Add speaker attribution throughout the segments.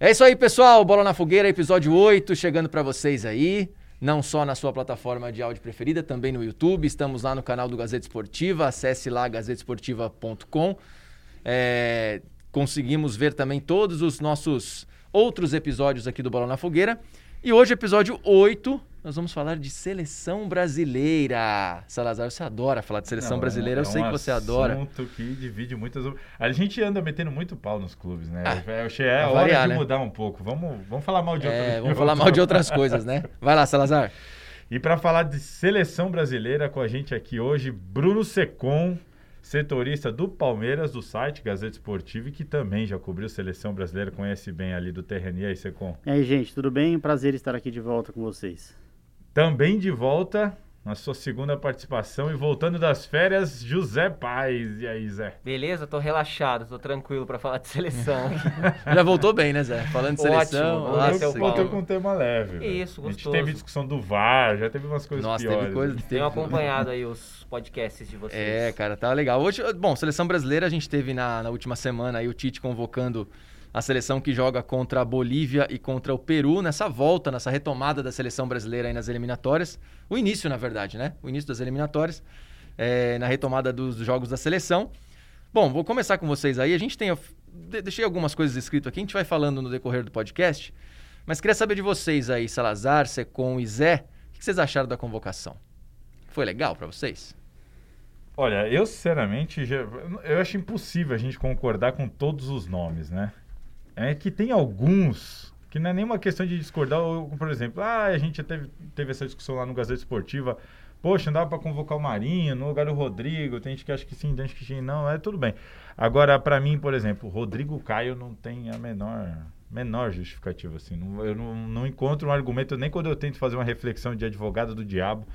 Speaker 1: É isso aí, pessoal. Bola na Fogueira, episódio 8, chegando para vocês aí. Não só na sua plataforma de áudio preferida, também no YouTube. Estamos lá no canal do Gazeta Esportiva. Acesse lá gazetesportiva.com. É, conseguimos ver também todos os nossos outros episódios aqui do Bola na Fogueira. E hoje, episódio 8, nós vamos falar de seleção brasileira. Salazar, você adora falar de seleção
Speaker 2: Não, é um-
Speaker 1: brasileira,
Speaker 2: é
Speaker 1: eu sei
Speaker 2: um
Speaker 1: que você adora.
Speaker 2: assunto que divide muitas. op- A gente anda metendo muito pau nos clubes, né?
Speaker 1: Ah,
Speaker 2: Eu achei é
Speaker 1: pra
Speaker 2: hora
Speaker 1: variar,
Speaker 2: de
Speaker 1: né?
Speaker 2: mudar um pouco. Vamos, vamos falar mal de outra-
Speaker 1: É, vamos falar mal de outras coisas, né? Vai lá, Salazar.
Speaker 2: E para falar de seleção brasileira com a gente aqui hoje, Bruno Secom, setorista do Palmeiras, do site Gazeta Esportiva, e que também já cobriu seleção brasileira, conhece bem ali do terreno. E aí, Secom?
Speaker 3: E aí, gente, tudo bem? Prazer estar aqui de volta com vocês.
Speaker 2: Também de volta na sua segunda participação e voltando das férias, José Paz. E aí, Zé?
Speaker 4: Beleza, tô relaxado, tô tranquilo pra falar de seleção.
Speaker 1: Já voltou bem, né, Zé? Falando de
Speaker 4: Ótimo,
Speaker 1: seleção.
Speaker 4: vamos
Speaker 1: nossa,
Speaker 4: ver se eu
Speaker 1: que-
Speaker 4: volto.
Speaker 2: Voltou com um tema leve. velho.
Speaker 4: Isso,
Speaker 2: A gente
Speaker 4: gostoso.
Speaker 2: teve discussão do VAR, já teve umas coisas
Speaker 1: Nossa,
Speaker 2: piores. né?
Speaker 1: teve coisa. Teve...
Speaker 4: Tenho acompanhado aí os podcasts de vocês.
Speaker 1: É, cara, tá legal. Hoje, bom, seleção brasileira, a gente teve na, na última semana aí o Tite convocando a seleção que joga contra a Bolívia e contra o Peru nessa volta, nessa retomada da seleção brasileira aí nas eliminatórias. O início, na verdade, né? O início das eliminatórias, é, na retomada dos jogos da seleção. Bom, vou começar com vocês aí. A gente tem. de- Deixei algumas coisas escritas aqui, a gente vai falando no decorrer do podcast. Mas queria saber de vocês aí, Salazar, Secom e Zé, o que vocês acharam da convocação? Foi legal pra vocês?
Speaker 2: Olha, eu sinceramente, já- eu acho impossível a gente concordar com todos os nomes, né? É que tem alguns que não é nenhuma questão de discordar, ou, por exemplo, ah, a gente já teve, teve essa discussão lá no Gazeta Esportiva, poxa, não dava pra convocar o Marinho no lugar do Rodrigo, tem gente que acha que sim, tem gente que sim, não, é tudo bem. Agora, pra mim, por exemplo, o Rodrigo Caio não tem a menor menor justificativa, assim, não- eu não, não encontro um argumento, nem quando eu tento fazer uma reflexão de advogado do diabo,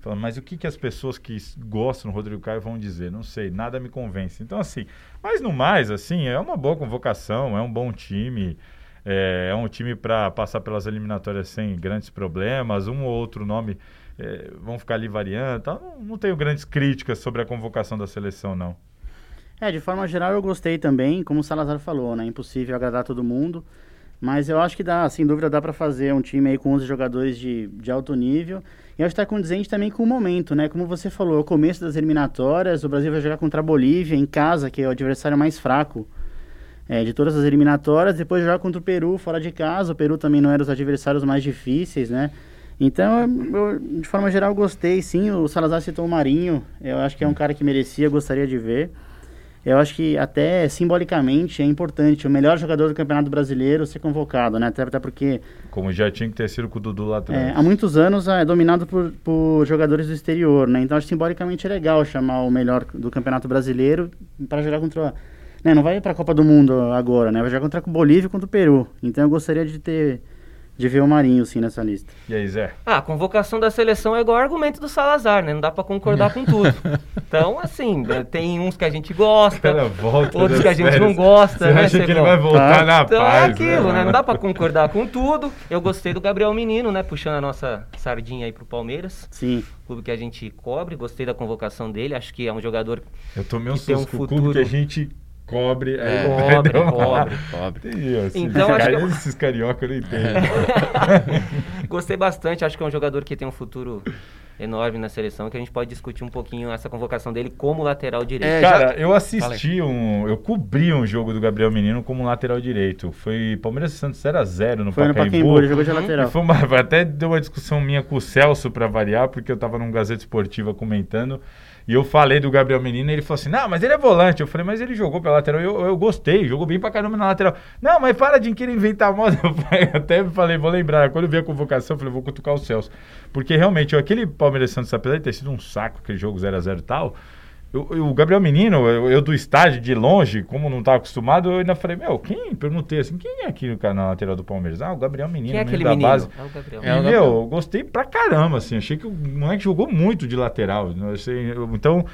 Speaker 2: Falando, mas o que, que as pessoas que s- gostam do Rodrigo Caio vão dizer? Não sei, nada me convence. Então, assim, mas no mais, assim, é uma boa convocação, é um bom time, é, é um time para passar pelas eliminatórias sem grandes problemas, um ou outro nome é, vão ficar ali variando. e tal. Não, não tenho grandes críticas sobre a convocação da seleção, não.
Speaker 3: É, de forma geral eu gostei também, como o Salazar falou, né? Impossível agradar todo mundo, mas eu acho que dá, sem dúvida dá pra fazer um time aí com 11 jogadores de, de alto nível. E eu acho que tá condizente também com o momento, né? Como você falou, o começo das eliminatórias, o Brasil vai jogar contra a Bolívia em casa, que é o adversário mais fraco é, de todas as eliminatórias, depois jogar contra o Peru fora de casa. O Peru também não era os adversários mais difíceis, né? Então, eu, de forma geral, gostei sim. O Salazar citou o Marinho, eu acho que é um cara que merecia, gostaria de ver. Eu acho que até simbolicamente é importante o melhor jogador do Campeonato Brasileiro ser convocado, né? Até, até porque
Speaker 2: Como já tinha que ter sido com o Dudu lá atrás.
Speaker 3: é, há muitos anos é dominado por, por jogadores do exterior, né? Então acho simbolicamente é legal chamar o melhor do Campeonato Brasileiro para jogar contra. Né, não vai para a Copa do Mundo agora, né? Vai jogar contra a Bolívia e contra o Peru. Então eu gostaria de ter de ver o Marinho sim nessa lista.
Speaker 2: E aí, Zé?
Speaker 4: Ah, a convocação da seleção é igual ao argumento do Salazar, né? Não dá pra concordar com tudo. Então, assim, né, tem uns que a gente
Speaker 2: Cara,
Speaker 4: gosta,
Speaker 2: volta
Speaker 4: outros
Speaker 2: das
Speaker 4: que a gente
Speaker 2: férias.
Speaker 4: não gosta,
Speaker 2: Você
Speaker 4: né?
Speaker 2: acha que ele
Speaker 4: Secom?
Speaker 2: vai voltar
Speaker 3: Tá.
Speaker 2: na
Speaker 4: Então
Speaker 2: paz,
Speaker 4: é aquilo, né?
Speaker 2: mano?
Speaker 4: Não dá pra concordar com tudo. Eu gostei do Gabriel Menino, né? Puxando a nossa sardinha aí pro Palmeiras,
Speaker 3: Sim.
Speaker 4: clube que a gente cobre. Gostei da convocação dele. Acho que é um jogador
Speaker 2: Eu tomei um
Speaker 4: que tem um
Speaker 2: susto com o
Speaker 4: futuro.
Speaker 2: clube que a gente cobre. aí
Speaker 4: É.
Speaker 2: deu uma-
Speaker 4: Cobre,
Speaker 1: Pobre.
Speaker 2: Entendi, assim,
Speaker 4: Então,
Speaker 2: esses
Speaker 4: acho
Speaker 2: caras-
Speaker 4: que eu-
Speaker 2: esses carioca eu não entendo.
Speaker 4: Gostei bastante, acho que é um jogador que tem um futuro enorme na seleção, que a gente pode discutir um pouquinho essa convocação dele como lateral direito.
Speaker 1: É,
Speaker 2: Cara, eu assisti um. Eu cobri um jogo do Gabriel Menino como lateral direito. Foi Palmeiras e Santos 0x0 no
Speaker 3: Foi
Speaker 2: Pacaembu. Uhum.
Speaker 3: no Pacaembu, ele jogou de lateral.
Speaker 2: Foi uma- até deu uma discussão minha com o Celso pra variar, porque eu tava num Gazeta Esportiva comentando. E eu falei do Gabriel Menino e ele falou assim: Não, mas ele é volante. Eu falei, mas ele jogou pela lateral. Eu, eu gostei, jogou bem pra caramba na lateral. Não, mas para de querer inventar moda. Eu falei- até falei, vou lembrar. Quando eu vi a convocação, eu falei, vou cutucar o Celso. Porque realmente, aquele Palmeiras e Santos, apesar de ter sido um saco aquele jogo 0x0 e tal, eu- eu- o Gabriel Menino, eu, eu do estádio de longe, como não estava acostumado, eu ainda falei, meu, quem? Perguntei assim, quem é aqui no canal lateral do Palmeiras? Ah, o Gabriel Menino,
Speaker 4: Quem é aquele
Speaker 2: da
Speaker 4: menino?
Speaker 2: base.
Speaker 4: É o Gabriel.
Speaker 2: E,
Speaker 1: É, o
Speaker 2: meu,
Speaker 1: Gabriel.
Speaker 2: eu gostei pra caramba, assim, achei que o moleque jogou muito de lateral. né, assim, eu- então,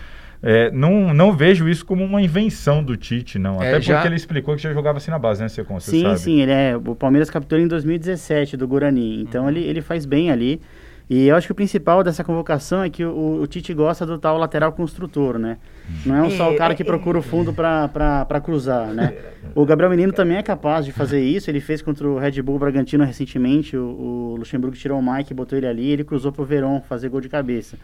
Speaker 2: é, não, não vejo isso como uma invenção do Tite, não.
Speaker 1: É,
Speaker 2: Até
Speaker 1: já-
Speaker 2: porque ele explicou que já jogava assim na base, né, Secon? Você
Speaker 3: Sim,
Speaker 2: sabe. Uhum.
Speaker 3: sim, ele é. O Palmeiras captou ele em 2017 do Guarani. Então ele, ele faz bem ali. E eu acho que o principal dessa convocação é que o, o Tite gosta do tal lateral construtor, né? Não é um só o cara que procura o fundo para cruzar, né? O Gabriel Menino também é capaz de fazer isso. Ele fez contra o Red Bull Bragantino recentemente. O, o Luxemburgo tirou o Mike, botou ele ali. Ele cruzou pro Verón fazer gol de cabeça.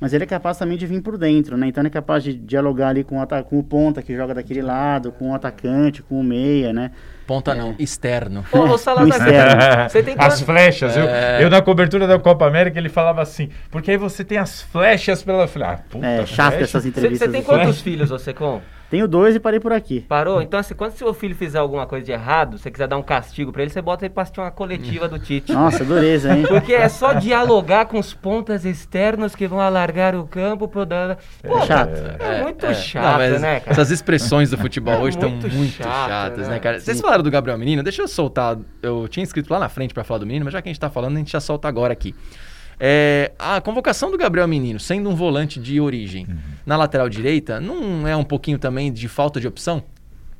Speaker 3: Mas ele é capaz também de vir por dentro, né? Então ele é capaz de dialogar ali com o, ata- com o ponta que joga daquele lado, com o atacante, com o meia, né?
Speaker 1: Ponta não,
Speaker 4: É.
Speaker 1: externo.
Speaker 4: Ô, ô Salazar,
Speaker 3: Mistério.
Speaker 4: você tem É.
Speaker 2: As
Speaker 4: quanto?
Speaker 2: flechas, eu- eu, na cobertura da Copa América ele falava assim, porque aí você tem as flechas pela. Eu falei, ah, puta,
Speaker 3: É chato
Speaker 2: flecha?
Speaker 3: essas
Speaker 4: Você,
Speaker 3: entrevistas.
Speaker 4: você tem
Speaker 3: assim.
Speaker 4: quantos filhos você com?
Speaker 3: Tenho dois e parei por aqui.
Speaker 4: Parou? Então, assim, quando seu filho fizer alguma coisa de errado, você quiser dar um castigo pra ele, você bota ele pra assistir uma coletiva do Tite.
Speaker 3: Nossa, dureza, hein?
Speaker 4: Porque é só dialogar com os pontas externos que vão alargar o campo pro dar. Pô,
Speaker 3: É chato.
Speaker 4: É, muito
Speaker 1: É. Não,
Speaker 4: chato,
Speaker 1: mas
Speaker 4: né, cara?
Speaker 1: Essas expressões do futebol
Speaker 4: É
Speaker 1: hoje estão
Speaker 4: muito
Speaker 1: muito,
Speaker 4: chato,
Speaker 1: chatas,
Speaker 4: né?
Speaker 1: né, cara? Vocês falaram do Gabriel Menino, deixa eu soltar. Eu tinha escrito lá na frente pra falar do menino, mas já que a gente tá falando, a gente já solta agora aqui. É, a convocação do Gabriel Menino, sendo um volante de origem
Speaker 2: Uhum.
Speaker 1: na lateral direita, não é um pouquinho também de falta de opção?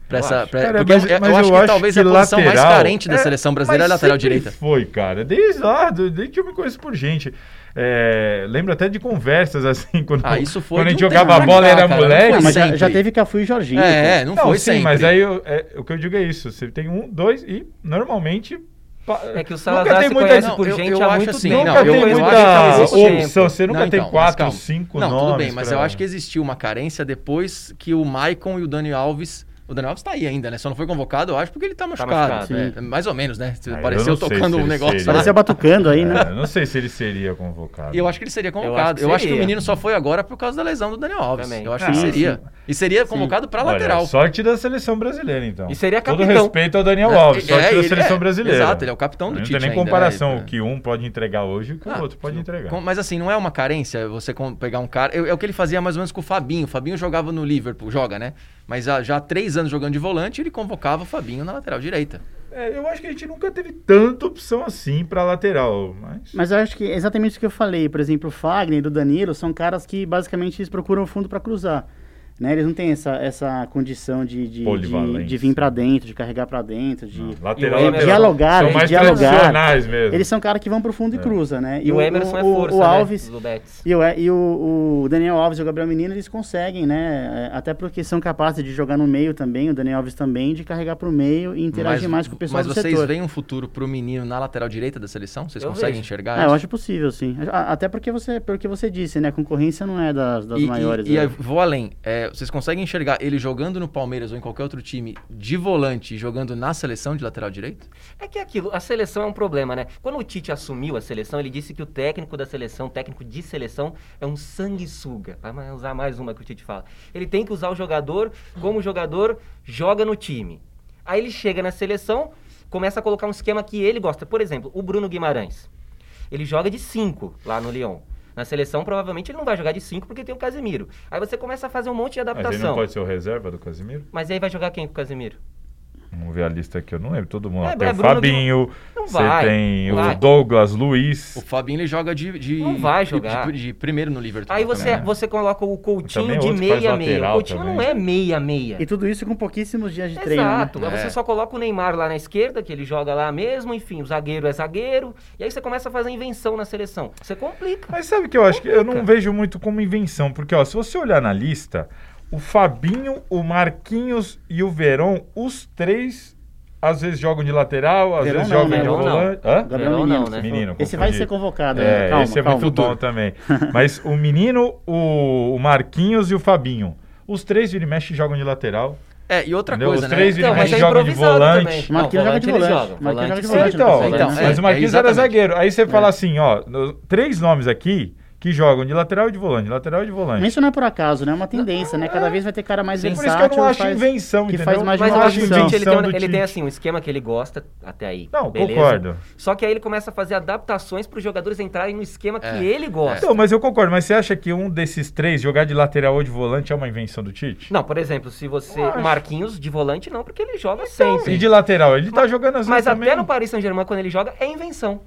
Speaker 1: Pra
Speaker 4: Eu
Speaker 1: essa,
Speaker 4: acho.
Speaker 1: pra-
Speaker 2: Cara,
Speaker 1: porque
Speaker 2: mas-
Speaker 1: eu, eu
Speaker 2: mas
Speaker 1: acho que talvez a posição mais
Speaker 2: lateral-
Speaker 1: carente da
Speaker 2: É,
Speaker 1: seleção brasileira é a
Speaker 2: mas
Speaker 1: lateral
Speaker 2: sempre
Speaker 1: direita.
Speaker 2: Foi, cara. Desde lá, do- desde que eu me conheço por gente. É, lembro até de conversas assim, quando,
Speaker 1: Ah, isso foi
Speaker 2: quando
Speaker 1: de
Speaker 2: a gente
Speaker 1: um tempo
Speaker 2: jogava
Speaker 1: pra
Speaker 2: bola
Speaker 1: cá,
Speaker 2: era
Speaker 1: cara, não
Speaker 2: moleque.
Speaker 1: foi
Speaker 3: Não, mas já,
Speaker 1: sempre.
Speaker 3: já teve Cafu e Jorginho.
Speaker 1: É, é,
Speaker 3: pô.
Speaker 1: não, foi
Speaker 2: sim,
Speaker 1: sempre.
Speaker 2: mas aí eu- é, o que eu digo é isso. Você tem um, dois e normalmente. pa-
Speaker 4: É que
Speaker 2: nunca
Speaker 4: o Salazar
Speaker 2: tem
Speaker 4: se
Speaker 2: muita,
Speaker 4: conhece
Speaker 1: Não,
Speaker 4: por
Speaker 1: eu-
Speaker 4: gente
Speaker 1: eu
Speaker 4: há
Speaker 1: acho
Speaker 4: muito
Speaker 1: assim,
Speaker 4: tempo.
Speaker 2: nunca
Speaker 1: não, eu-
Speaker 2: tem
Speaker 1: eu
Speaker 2: muita
Speaker 1: acho que tá talvez esse
Speaker 2: opção. Você nunca
Speaker 1: Não,
Speaker 2: tem
Speaker 1: então, mas
Speaker 2: quatro,
Speaker 1: calma.
Speaker 2: cinco
Speaker 1: não,
Speaker 2: nomes.
Speaker 1: tudo bem, mas
Speaker 2: pra-
Speaker 1: eu acho que existiu uma carência depois que o Maicon e o Dani Alves. O Dani Alves tá aí ainda, né? Só não foi convocado, eu acho, porque ele tá machucado.
Speaker 4: machucado,
Speaker 1: né? Mais ou menos, né?
Speaker 2: Ah, é. eu
Speaker 1: Pareceu
Speaker 2: não sei
Speaker 1: tocando
Speaker 2: se
Speaker 1: um
Speaker 2: ele
Speaker 1: negócio
Speaker 2: seria.
Speaker 1: lá.
Speaker 3: Parecia batucando aí, né?
Speaker 2: É, eu não sei se ele seria convocado.
Speaker 1: Eu acho que ele seria
Speaker 4: Eu acho
Speaker 1: convocado.
Speaker 4: que
Speaker 1: Eu acho que o
Speaker 4: seria.
Speaker 1: menino só foi agora por causa da lesão do Dani Alves.
Speaker 4: Também.
Speaker 1: Eu acho
Speaker 2: Ah,
Speaker 1: que
Speaker 2: sim.
Speaker 1: ele seria. E seria convocado pra
Speaker 2: Olha,
Speaker 1: lateral.
Speaker 2: sorte da seleção brasileira, então.
Speaker 4: E seria
Speaker 2: Todo
Speaker 4: capitão.
Speaker 2: respeito ao Daniel Alves, sorte da
Speaker 1: É, ele
Speaker 2: seleção brasileira.
Speaker 1: Exato, ele é o capitão do
Speaker 2: Não
Speaker 1: Tite
Speaker 2: tem nem
Speaker 1: ainda, né?
Speaker 2: comparação
Speaker 1: Ele-
Speaker 2: o que um pode entregar hoje e o que
Speaker 1: Ah,
Speaker 2: o outro pode entregar.
Speaker 1: Com- Mas assim, não é uma carência você com- pegar um cara. eu- é o que ele fazia mais ou menos com o Fabinho. O Fabinho jogava no Liverpool, joga, né? Mas há- já há três anos jogando de volante, ele convocava o Fabinho na lateral direita.
Speaker 2: É, eu acho que a gente nunca teve tanta opção assim pra lateral, mas...
Speaker 3: Mas eu acho que é exatamente isso que eu falei. Por exemplo, o Fagner e o Danilo são caras que basicamente eles procuram o fundo para cruzar. Né? Eles não têm essa, essa condição de, de,
Speaker 2: Polivalência.
Speaker 3: de, de vir para dentro, de carregar para dentro, de É,
Speaker 2: Não,
Speaker 4: E o
Speaker 2: lateral é
Speaker 4: Emerson-
Speaker 3: dialogar,
Speaker 2: são
Speaker 3: de
Speaker 2: mais
Speaker 3: dialogar.
Speaker 2: tradicionais mesmo.
Speaker 3: Eles são caras que vão pro fundo e
Speaker 2: É.
Speaker 3: cruza, né?
Speaker 4: E o Emerson é
Speaker 3: o-
Speaker 4: força,
Speaker 3: o
Speaker 4: né,
Speaker 3: Alves
Speaker 4: do Betis.
Speaker 3: E, o, e o, o Daniel Alves e o Gabriel Menino, eles conseguem, né? É, Até porque são capazes de jogar no meio também, o Daniel Alves também, de carregar pro meio e interagir mais com o pessoal
Speaker 1: Mas
Speaker 3: do
Speaker 1: vocês
Speaker 3: setor.
Speaker 1: veem um futuro pro menino na lateral direita da seleção? Vocês
Speaker 4: Eu
Speaker 1: conseguem
Speaker 4: vejo.
Speaker 1: enxergar
Speaker 3: Ah, eu
Speaker 1: isso?
Speaker 3: acho possível, sim. A- Até porque você, pelo que você disse, né? A concorrência não é das, das
Speaker 1: E, e-
Speaker 3: maiores.
Speaker 1: e
Speaker 3: né?
Speaker 1: aí, vou além. É, vocês conseguem enxergar ele jogando no Palmeiras ou em qualquer outro time de volante e jogando na seleção de lateral direito?
Speaker 4: É que é aquilo, a seleção é um problema, né? Quando o Tite assumiu a seleção, ele disse que o técnico da seleção, o técnico de seleção, é um sanguessuga. Vai usar mais uma que o Tite fala. Ele tem que usar o jogador como o jogador joga no time. Aí ele chega na seleção, começa a colocar um esquema que ele gosta. Por exemplo, o Bruno Guimarães. Ele joga de 5 lá no Lyon. Na seleção, provavelmente, ele não vai jogar de 5 porque tem o Casemiro. Aí você começa a fazer um monte de
Speaker 2: Mas ele não
Speaker 4: adaptação.
Speaker 2: pode ser o reserva do Casimiro?
Speaker 4: Mas aí vai jogar quem com o Casemiro?
Speaker 2: Vamos ver a lista aqui, eu não lembro todo mundo.
Speaker 4: É,
Speaker 2: tem
Speaker 4: é
Speaker 2: o
Speaker 4: Bruno
Speaker 2: Fabinho,
Speaker 4: Não
Speaker 2: você
Speaker 4: vai,
Speaker 2: tem
Speaker 4: não vai.
Speaker 2: o Douglas Luiz.
Speaker 1: O Fabinho ele joga de. de-
Speaker 4: Não vai
Speaker 1: de-
Speaker 4: jogar.
Speaker 1: De, de primeiro no Liverpool.
Speaker 4: Aí você,
Speaker 1: também, né?
Speaker 4: você coloca o Coutinho
Speaker 2: Também é
Speaker 4: de
Speaker 2: outro que faz
Speaker 4: meia-meia. O
Speaker 2: lateral
Speaker 4: Coutinho não
Speaker 2: também.
Speaker 4: é meia-meia.
Speaker 3: E tudo isso com pouquíssimos dias de treino. né?
Speaker 4: Exato. Mas
Speaker 1: É.
Speaker 4: Você só coloca o Neymar lá na esquerda, que ele joga lá mesmo, enfim, o zagueiro é zagueiro. E aí você começa a fazer invenção na seleção. Você complica.
Speaker 2: Mas sabe que eu acho que eu não vejo muito como invenção, porque ó, se você olhar na lista, o Fabinho, o Marquinhos e o Verón, os três às vezes jogam de lateral, às
Speaker 3: Verón
Speaker 2: vezes
Speaker 3: não,
Speaker 2: jogam
Speaker 3: né?
Speaker 2: de
Speaker 4: Verón não.
Speaker 2: volante.
Speaker 1: É
Speaker 2: Hã?
Speaker 3: Gabriel
Speaker 4: Verão
Speaker 3: Menino.
Speaker 4: não, né?
Speaker 2: Menino,
Speaker 3: Esse vai
Speaker 2: confundi.
Speaker 3: ser convocado. né?
Speaker 2: É,
Speaker 3: calma,
Speaker 2: esse é
Speaker 3: calma.
Speaker 2: muito bom também. Mas o menino, o, o Marquinhos e o Fabinho. Os três vira e mexe jogam de lateral.
Speaker 1: É, e outra
Speaker 2: Entendeu?
Speaker 1: coisa,
Speaker 2: Os
Speaker 1: né?
Speaker 2: três vira
Speaker 4: Não,
Speaker 2: e
Speaker 4: mas
Speaker 2: mexe
Speaker 4: é
Speaker 2: jogam de
Speaker 4: improvisado
Speaker 2: volante.
Speaker 4: também.
Speaker 3: O Marquinhos
Speaker 4: Não,
Speaker 3: joga de
Speaker 4: volante eles
Speaker 3: volante.
Speaker 4: jogam,
Speaker 3: O Marquinhos joga de
Speaker 4: volante
Speaker 2: Sim,
Speaker 3: volante. no
Speaker 2: então,
Speaker 3: Cruzeiro,
Speaker 1: então,
Speaker 3: né?
Speaker 1: é,
Speaker 2: mas o Marquinhos era
Speaker 1: exatamente.
Speaker 2: zagueiro. Aí você fala assim, ó, no- três nomes aqui que jogam de lateral e de volante, lateral e de volante.
Speaker 3: Mas isso não é por acaso, né? É uma tendência, né? Cada vez vai ter cara mais
Speaker 2: Sim, é por
Speaker 3: versátil.
Speaker 2: isso que eu não acho
Speaker 3: faz-
Speaker 2: invenção,
Speaker 3: que
Speaker 2: entendeu?
Speaker 3: faz mais de
Speaker 4: Mas
Speaker 3: uma
Speaker 4: eu acho que o
Speaker 3: opção.
Speaker 4: Tite, ele, tem, um-
Speaker 2: do
Speaker 4: ele tem,
Speaker 2: Tite.
Speaker 4: assim, um esquema que ele gosta até aí.
Speaker 2: Não,
Speaker 4: beleza?
Speaker 2: concordo.
Speaker 4: Só que aí ele começa a fazer adaptações para os jogadores entrarem no esquema
Speaker 1: É,
Speaker 4: que ele gosta.
Speaker 2: Então, mas eu concordo, mas você acha que um desses três, jogar de lateral ou de volante, é uma invenção do Tite?
Speaker 4: Não, por exemplo, se você.
Speaker 2: Eu acho. Então,
Speaker 4: Marquinhos de volante, não, porque ele joga
Speaker 2: E
Speaker 4: sempre.
Speaker 2: de lateral, ele tá jogando às vezes
Speaker 4: Mas
Speaker 2: também.
Speaker 4: até no Paris Saint-Germain, quando ele joga, é invenção.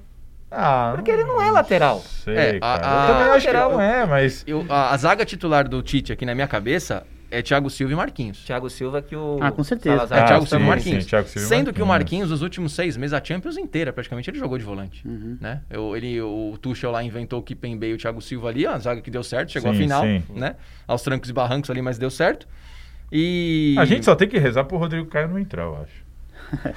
Speaker 2: Ah,
Speaker 4: Porque ele não é lateral.
Speaker 2: Sei,
Speaker 1: É, a-
Speaker 2: cara.
Speaker 1: a-
Speaker 2: eu também acho que
Speaker 4: lateral-
Speaker 2: não é, mas...
Speaker 1: Eu- a, a zaga titular do Tite aqui na minha cabeça é Thiago Silva e Marquinhos.
Speaker 4: Thiago Silva que o.
Speaker 3: Ah, com certeza.
Speaker 4: Salazar
Speaker 1: É
Speaker 2: Ah,
Speaker 1: Thiago
Speaker 2: sim,
Speaker 1: Silva e Marquinhos.
Speaker 2: sim, Thiago Silva e
Speaker 1: Sendo que o
Speaker 2: Marquinhos.
Speaker 1: Marquinhos, os últimos seis meses, a Champions inteira, praticamente, ele jogou de volante.
Speaker 2: Uhum.
Speaker 1: Né? Eu- ele, o Tuchel lá inventou o Kipembe e o Thiago Silva ali, ó, a zaga que deu certo, chegou à
Speaker 2: Sim,
Speaker 1: final,
Speaker 2: sim.
Speaker 1: né? Aos trancos e barrancos ali, mas deu certo. E.
Speaker 2: A gente só tem que rezar pro Rodrigo Caio não entrar, eu acho.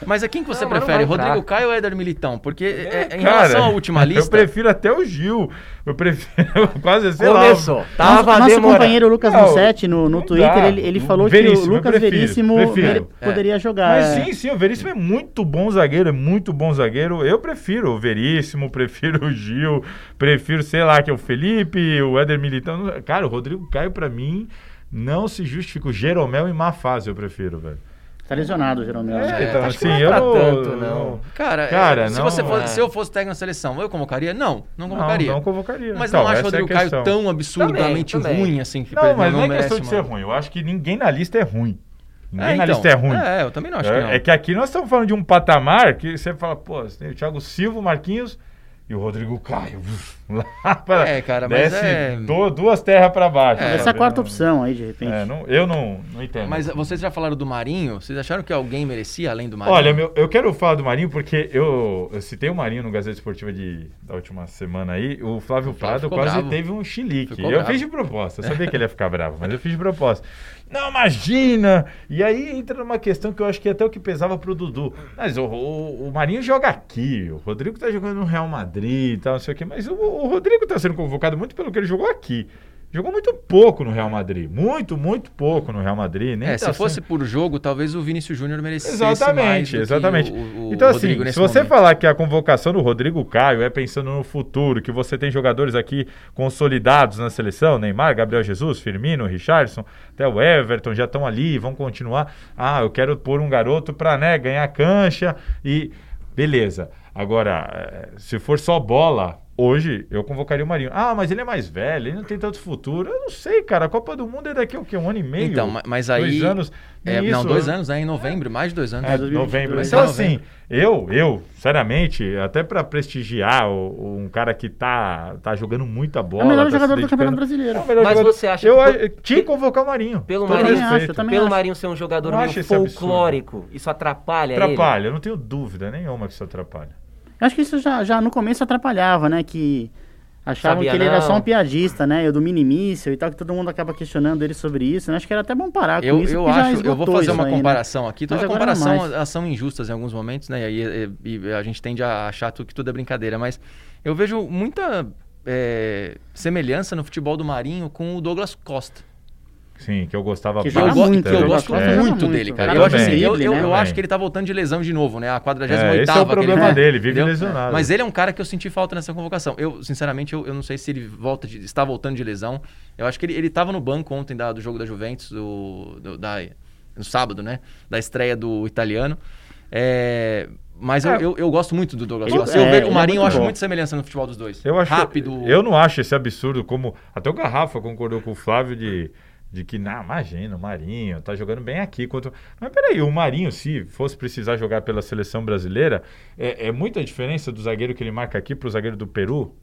Speaker 1: Mas a quem que você
Speaker 4: Não, mas não
Speaker 1: prefere,
Speaker 4: vai entrar.
Speaker 1: Rodrigo Caio ou Éder Militão? Porque é, em
Speaker 2: Cara,
Speaker 1: relação à última
Speaker 2: Eu
Speaker 1: lista,
Speaker 2: prefiro até o Gil. Eu prefiro quase, sei
Speaker 4: Começou. tá
Speaker 2: lá.
Speaker 4: Tava
Speaker 3: nosso nosso
Speaker 4: demorando.
Speaker 3: companheiro Lucas
Speaker 2: Não,
Speaker 3: Mussetti, no, no
Speaker 2: não
Speaker 3: Twitter,
Speaker 2: dá.
Speaker 3: ele, ele falou que
Speaker 2: Veríssimo,
Speaker 3: o
Speaker 2: eu
Speaker 3: Lucas
Speaker 2: prefiro,
Speaker 3: Veríssimo
Speaker 2: prefiro.
Speaker 3: ele
Speaker 1: É.
Speaker 3: poderia jogar.
Speaker 2: Mas
Speaker 3: é.
Speaker 2: sim, sim, o Veríssimo é muito bom zagueiro, é muito bom zagueiro. Eu prefiro o Veríssimo, prefiro o Gil, prefiro, sei lá, que é o Felipe, o Éder Militão. Cara, o Rodrigo Caio, pra mim, não se justifica. O Jeromel em má fase, eu prefiro, velho.
Speaker 3: Tá lesionado, Jeromel.
Speaker 2: É,
Speaker 3: né?
Speaker 2: então,
Speaker 4: acho que não
Speaker 2: assim,
Speaker 4: é
Speaker 2: eu
Speaker 4: pra
Speaker 2: não,
Speaker 4: tanto, não.
Speaker 1: cara, é,
Speaker 2: Cara,
Speaker 1: se,
Speaker 2: não-
Speaker 1: você fosse-
Speaker 4: é.
Speaker 1: se eu fosse técnico na seleção, eu convocaria? Não, não
Speaker 2: Não,
Speaker 1: convocaria.
Speaker 2: não convocaria.
Speaker 1: Mas
Speaker 2: Então,
Speaker 1: não acho o
Speaker 2: essa é a
Speaker 1: Rodrigo Caio
Speaker 2: questão.
Speaker 1: tão absurdamente
Speaker 4: Também, também.
Speaker 1: ruim assim que pra
Speaker 2: Não,
Speaker 1: ele
Speaker 2: mas não é
Speaker 1: merece
Speaker 2: questão de ser
Speaker 1: uma-
Speaker 2: ruim. Eu acho que ninguém na lista é ruim. Ninguém
Speaker 1: É,
Speaker 2: na
Speaker 1: então.
Speaker 2: lista é ruim.
Speaker 1: É, eu também não acho
Speaker 2: é,
Speaker 1: que não.
Speaker 2: é que aqui nós estamos falando de um patamar que você fala, pô, você tem o Thiago Silva, o Marquinhos e o Rodrigo Caio. Lá pra,
Speaker 1: É, cara, mas
Speaker 2: desce
Speaker 1: é-
Speaker 2: do- duas terras para baixo.
Speaker 1: É.
Speaker 2: sabe?
Speaker 3: Essa é a quarta
Speaker 2: Não-
Speaker 3: opção aí, de repente.
Speaker 2: é, não- eu não, não entendo.
Speaker 1: Mas vocês já falaram do Marinho? Vocês acharam que alguém merecia além do Marinho?
Speaker 2: Olha, meu, eu quero falar do Marinho porque eu, eu citei o Marinho no Gazeta Esportiva de, da última semana aí. O Flávio Prado
Speaker 1: ficou
Speaker 2: quase
Speaker 1: bravo.
Speaker 2: teve um chilique.
Speaker 1: Ficou
Speaker 2: eu
Speaker 1: bravo.
Speaker 2: fiz de proposta. Eu sabia que ele ia ficar bravo, mas eu fiz de proposta. Não, imagina! E aí entra numa questão que eu acho que é até o que pesava pro Dudu. Mas o, o- o Marinho joga aqui, o Rodrigo tá jogando no Real Madrid e tal, não sei o quê. Mas o, o Rodrigo tá sendo convocado muito pelo que ele jogou aqui. Jogou muito pouco no Real Madrid. Muito, muito pouco no Real Madrid. Nem
Speaker 1: É,
Speaker 2: tá
Speaker 1: se fosse
Speaker 2: sendo-
Speaker 1: por jogo, talvez o Vinícius Júnior merecesse mais
Speaker 2: Exatamente,
Speaker 1: do que
Speaker 2: exatamente.
Speaker 1: o- o
Speaker 2: então,
Speaker 1: Rodrigo
Speaker 2: assim,
Speaker 1: nesse
Speaker 2: se você
Speaker 1: momento.
Speaker 2: falar que a convocação do Rodrigo Caio é pensando no futuro, que você tem jogadores aqui consolidados na seleção, Neymar, Gabriel Jesus, Firmino, Richardson, até o Everton já estão ali, vão continuar. Ah, eu quero pôr um garoto pra né, ganhar cancha e beleza. Agora, eh, se for só bola, hoje eu convocaria o Marinho. Ah, mas ele é mais velho, ele não tem tanto futuro. Eu não sei, cara. A Copa do Mundo é daqui a o quê? Um ano e meio?
Speaker 1: Então, ma- mas aí-
Speaker 2: Dois anos?
Speaker 1: É,
Speaker 2: Nem
Speaker 1: não,
Speaker 2: isso,
Speaker 1: dois
Speaker 2: eu-
Speaker 1: anos, né? Em novembro, mais de dois anos.
Speaker 2: é,
Speaker 3: 2022.
Speaker 2: novembro.
Speaker 1: Vai
Speaker 2: Então,
Speaker 1: ser novembro.
Speaker 2: assim, eu, eu, sinceramente, até pra prestigiar o- o- um cara que tá, tá jogando muita bola.
Speaker 3: É o melhor
Speaker 2: tá se
Speaker 3: jogador do
Speaker 2: dedicando-
Speaker 3: Campeonato Brasileiro.
Speaker 2: É o melhor
Speaker 4: Mas
Speaker 2: jogador.
Speaker 4: você acha
Speaker 2: Eu
Speaker 4: que-
Speaker 2: acho- tinha que convocar o Marinho.
Speaker 4: Pelo
Speaker 2: Todo
Speaker 4: Marinho,
Speaker 2: respeito.
Speaker 3: eu também
Speaker 4: Pelo
Speaker 3: acho.
Speaker 4: Marinho ser um jogador
Speaker 2: Eu
Speaker 4: meio
Speaker 2: acho esse absurdo.
Speaker 4: folclórico, isso
Speaker 3: É
Speaker 4: atrapalha, ele?
Speaker 2: Atrapalha, eu não tenho dúvida nenhuma que isso atrapalha.
Speaker 3: Eu acho que isso já, já no começo atrapalhava, né? Que achavam
Speaker 4: Sabia
Speaker 3: que ele era
Speaker 4: não.
Speaker 3: só um piadista, né? Eu do minimício e tal, que todo mundo acaba questionando ele sobre isso. né? acho que era até bom parar com
Speaker 1: Eu,
Speaker 3: isso.
Speaker 1: eu
Speaker 3: porque já
Speaker 1: acho, eu vou
Speaker 3: esgotou
Speaker 1: fazer
Speaker 3: isso
Speaker 1: uma
Speaker 3: aí, né?
Speaker 1: comparação aqui. Toda
Speaker 3: Mas agora não
Speaker 1: comparação
Speaker 3: mais.
Speaker 1: elas são injustas em alguns momentos, né? E, aí, e- e a gente tende a achar tu- que tudo é brincadeira, mas eu vejo muita é, semelhança no futebol do Marinho com o Douglas Costa.
Speaker 2: Sim, que eu gostava
Speaker 3: Que
Speaker 1: Que eu,
Speaker 3: joga
Speaker 1: go-
Speaker 2: bastante.
Speaker 1: que
Speaker 3: muito,
Speaker 1: eu
Speaker 3: Douglas
Speaker 1: gosto
Speaker 3: Costa
Speaker 2: é.
Speaker 3: joga
Speaker 1: muito
Speaker 3: muito.
Speaker 1: dele, cara.
Speaker 2: Cara,
Speaker 1: Eu acho, assim,
Speaker 2: também,
Speaker 1: eu, eu-
Speaker 3: né?
Speaker 1: eu acho
Speaker 2: Também.
Speaker 1: que ele tá voltando de lesão de novo, né? A 48
Speaker 2: É, esse é o
Speaker 1: que ele
Speaker 2: problema
Speaker 1: tá,
Speaker 2: dele, vive
Speaker 1: entendeu?
Speaker 2: lesionado.
Speaker 1: Mas ele é um cara que eu senti falta nessa convocação. Eu, sinceramente, eu, eu não sei se ele volta de- está voltando de lesão. Eu acho que ele, ele tava no banco ontem da- do jogo da Juventus, do, do- da, no sábado, né? Da estreia do italiano. É, mas eu,
Speaker 2: É.
Speaker 1: eu, eu gosto muito do Douglas
Speaker 3: Ele-
Speaker 1: Costa. Eu
Speaker 3: é,
Speaker 1: vejo-
Speaker 3: ele
Speaker 1: o
Speaker 3: é
Speaker 1: Marinho eu
Speaker 3: muito
Speaker 1: acho
Speaker 3: bom.
Speaker 1: muito semelhança no futebol dos dois.
Speaker 2: Eu acho,
Speaker 1: Rápido.
Speaker 2: Eu não acho esse absurdo como. Até o Garrafa concordou com o Flávio de, de que, não, imagina, o Marinho tá jogando bem aqui. Contra... Mas peraí, o Marinho, se fosse precisar jogar pela seleção brasileira, é, é muita diferença do zagueiro que ele marca aqui pro zagueiro do Peru?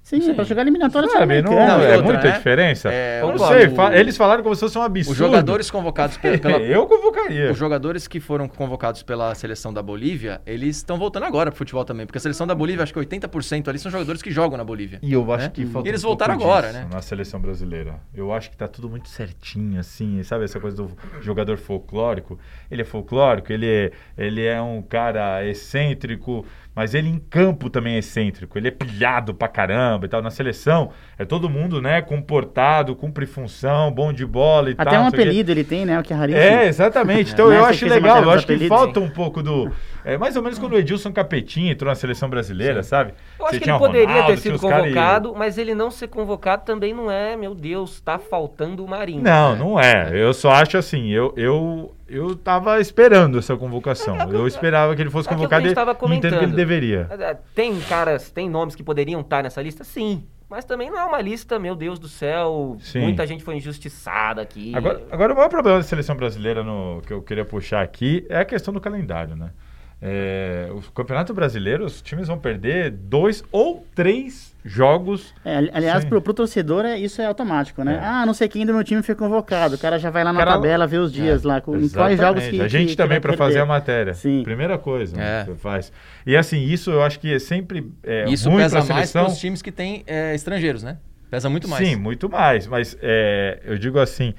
Speaker 3: Sim, é
Speaker 1: Sim.
Speaker 3: pra jogar eliminatória
Speaker 2: Sabe, não,
Speaker 3: sul-americana.
Speaker 1: Não, e
Speaker 2: é
Speaker 1: outra,
Speaker 2: muita
Speaker 1: né?
Speaker 2: diferença.
Speaker 1: É,
Speaker 2: Eu não
Speaker 1: concordo.
Speaker 2: sei, fa- eles falaram como se fosse um absurdo.
Speaker 1: Os jogadores convocados pe- pela,
Speaker 2: Eu convocaria.
Speaker 1: Os jogadores que foram convocados pela seleção da Bolívia, eles estão voltando agora pro futebol também, porque a seleção da Bolívia, acho que 80% ali são jogadores que jogam na Bolívia.
Speaker 2: E eu acho
Speaker 1: né?
Speaker 2: que falta
Speaker 1: E eles
Speaker 2: um
Speaker 1: voltaram
Speaker 2: pouco
Speaker 1: agora,
Speaker 2: disso
Speaker 1: né?
Speaker 2: Na seleção brasileira. Eu acho que tá tudo muito certinho, assim. Sabe essa coisa do jogador folclórico? Ele é folclórico, ele é, ele é um cara excêntrico, mas ele em campo também é excêntrico. Ele é pilhado pra caramba e tal. Na seleção, é todo mundo, né, comportado, cumpre função, bom de bola e tal.
Speaker 3: Até um
Speaker 2: Tá, não sei o quê.
Speaker 3: apelido ele tem, né? O que é raríssimo.
Speaker 2: É, exatamente. Então
Speaker 3: Não é
Speaker 2: eu
Speaker 3: essa
Speaker 2: acho
Speaker 3: que você
Speaker 2: legal, eu
Speaker 3: marcava os
Speaker 2: acho que
Speaker 3: apelidos,
Speaker 2: falta um pouco do. É mais ou menos quando o Edilson Capetinho entrou na seleção brasileira, sabe?
Speaker 4: Eu acho
Speaker 2: Você
Speaker 4: que
Speaker 2: tinha
Speaker 4: ele
Speaker 2: o
Speaker 4: poderia
Speaker 2: Ronaldo,
Speaker 4: ter
Speaker 2: tinha
Speaker 4: sido
Speaker 2: os cara e-
Speaker 4: convocado, mas ele não ser convocado também não é, meu Deus, tá faltando o Marinho.
Speaker 2: Não, não é. Eu só acho assim, eu, eu, eu tava esperando essa convocação. Eu esperava que ele fosse
Speaker 4: é aquilo que
Speaker 2: convocado
Speaker 4: a
Speaker 2: e
Speaker 4: gente tava
Speaker 2: entendo que ele
Speaker 4: comentando.
Speaker 2: deveria.
Speaker 4: É, Tem caras, tem nomes que poderiam estar nessa lista? Sim. Mas também não é uma lista, meu Deus do céu.
Speaker 2: Sim.
Speaker 4: Muita gente foi injustiçada aqui.
Speaker 2: Agora, agora o maior problema da seleção brasileira no, que eu queria puxar aqui é a questão do calendário, né? É, o Campeonato Brasileiro, os times vão perder dois ou três jogos.
Speaker 3: É, ali- aliás,
Speaker 2: Sim.
Speaker 3: pro, pro torcedor é, isso é automático, né?
Speaker 2: É.
Speaker 3: Ah, não sei quem do meu time foi convocado. O cara já vai lá na
Speaker 2: Cara, é,
Speaker 3: tabela ver os dias lá, com, em quais
Speaker 2: Exatamente.
Speaker 3: jogos que.
Speaker 2: A gente
Speaker 3: que- que
Speaker 2: também,
Speaker 3: vai
Speaker 2: para fazer
Speaker 3: perder.
Speaker 2: a matéria.
Speaker 3: Sim.
Speaker 2: Primeira coisa
Speaker 1: É.
Speaker 2: né, que você faz. E assim, isso eu acho que é sempre é,
Speaker 1: Isso
Speaker 2: ruim
Speaker 1: pesa
Speaker 2: para
Speaker 1: mais
Speaker 2: seleção.
Speaker 1: para os times que têm é, estrangeiros, né? Pesa muito mais.
Speaker 2: Sim, muito mais. Mas é, eu digo assim,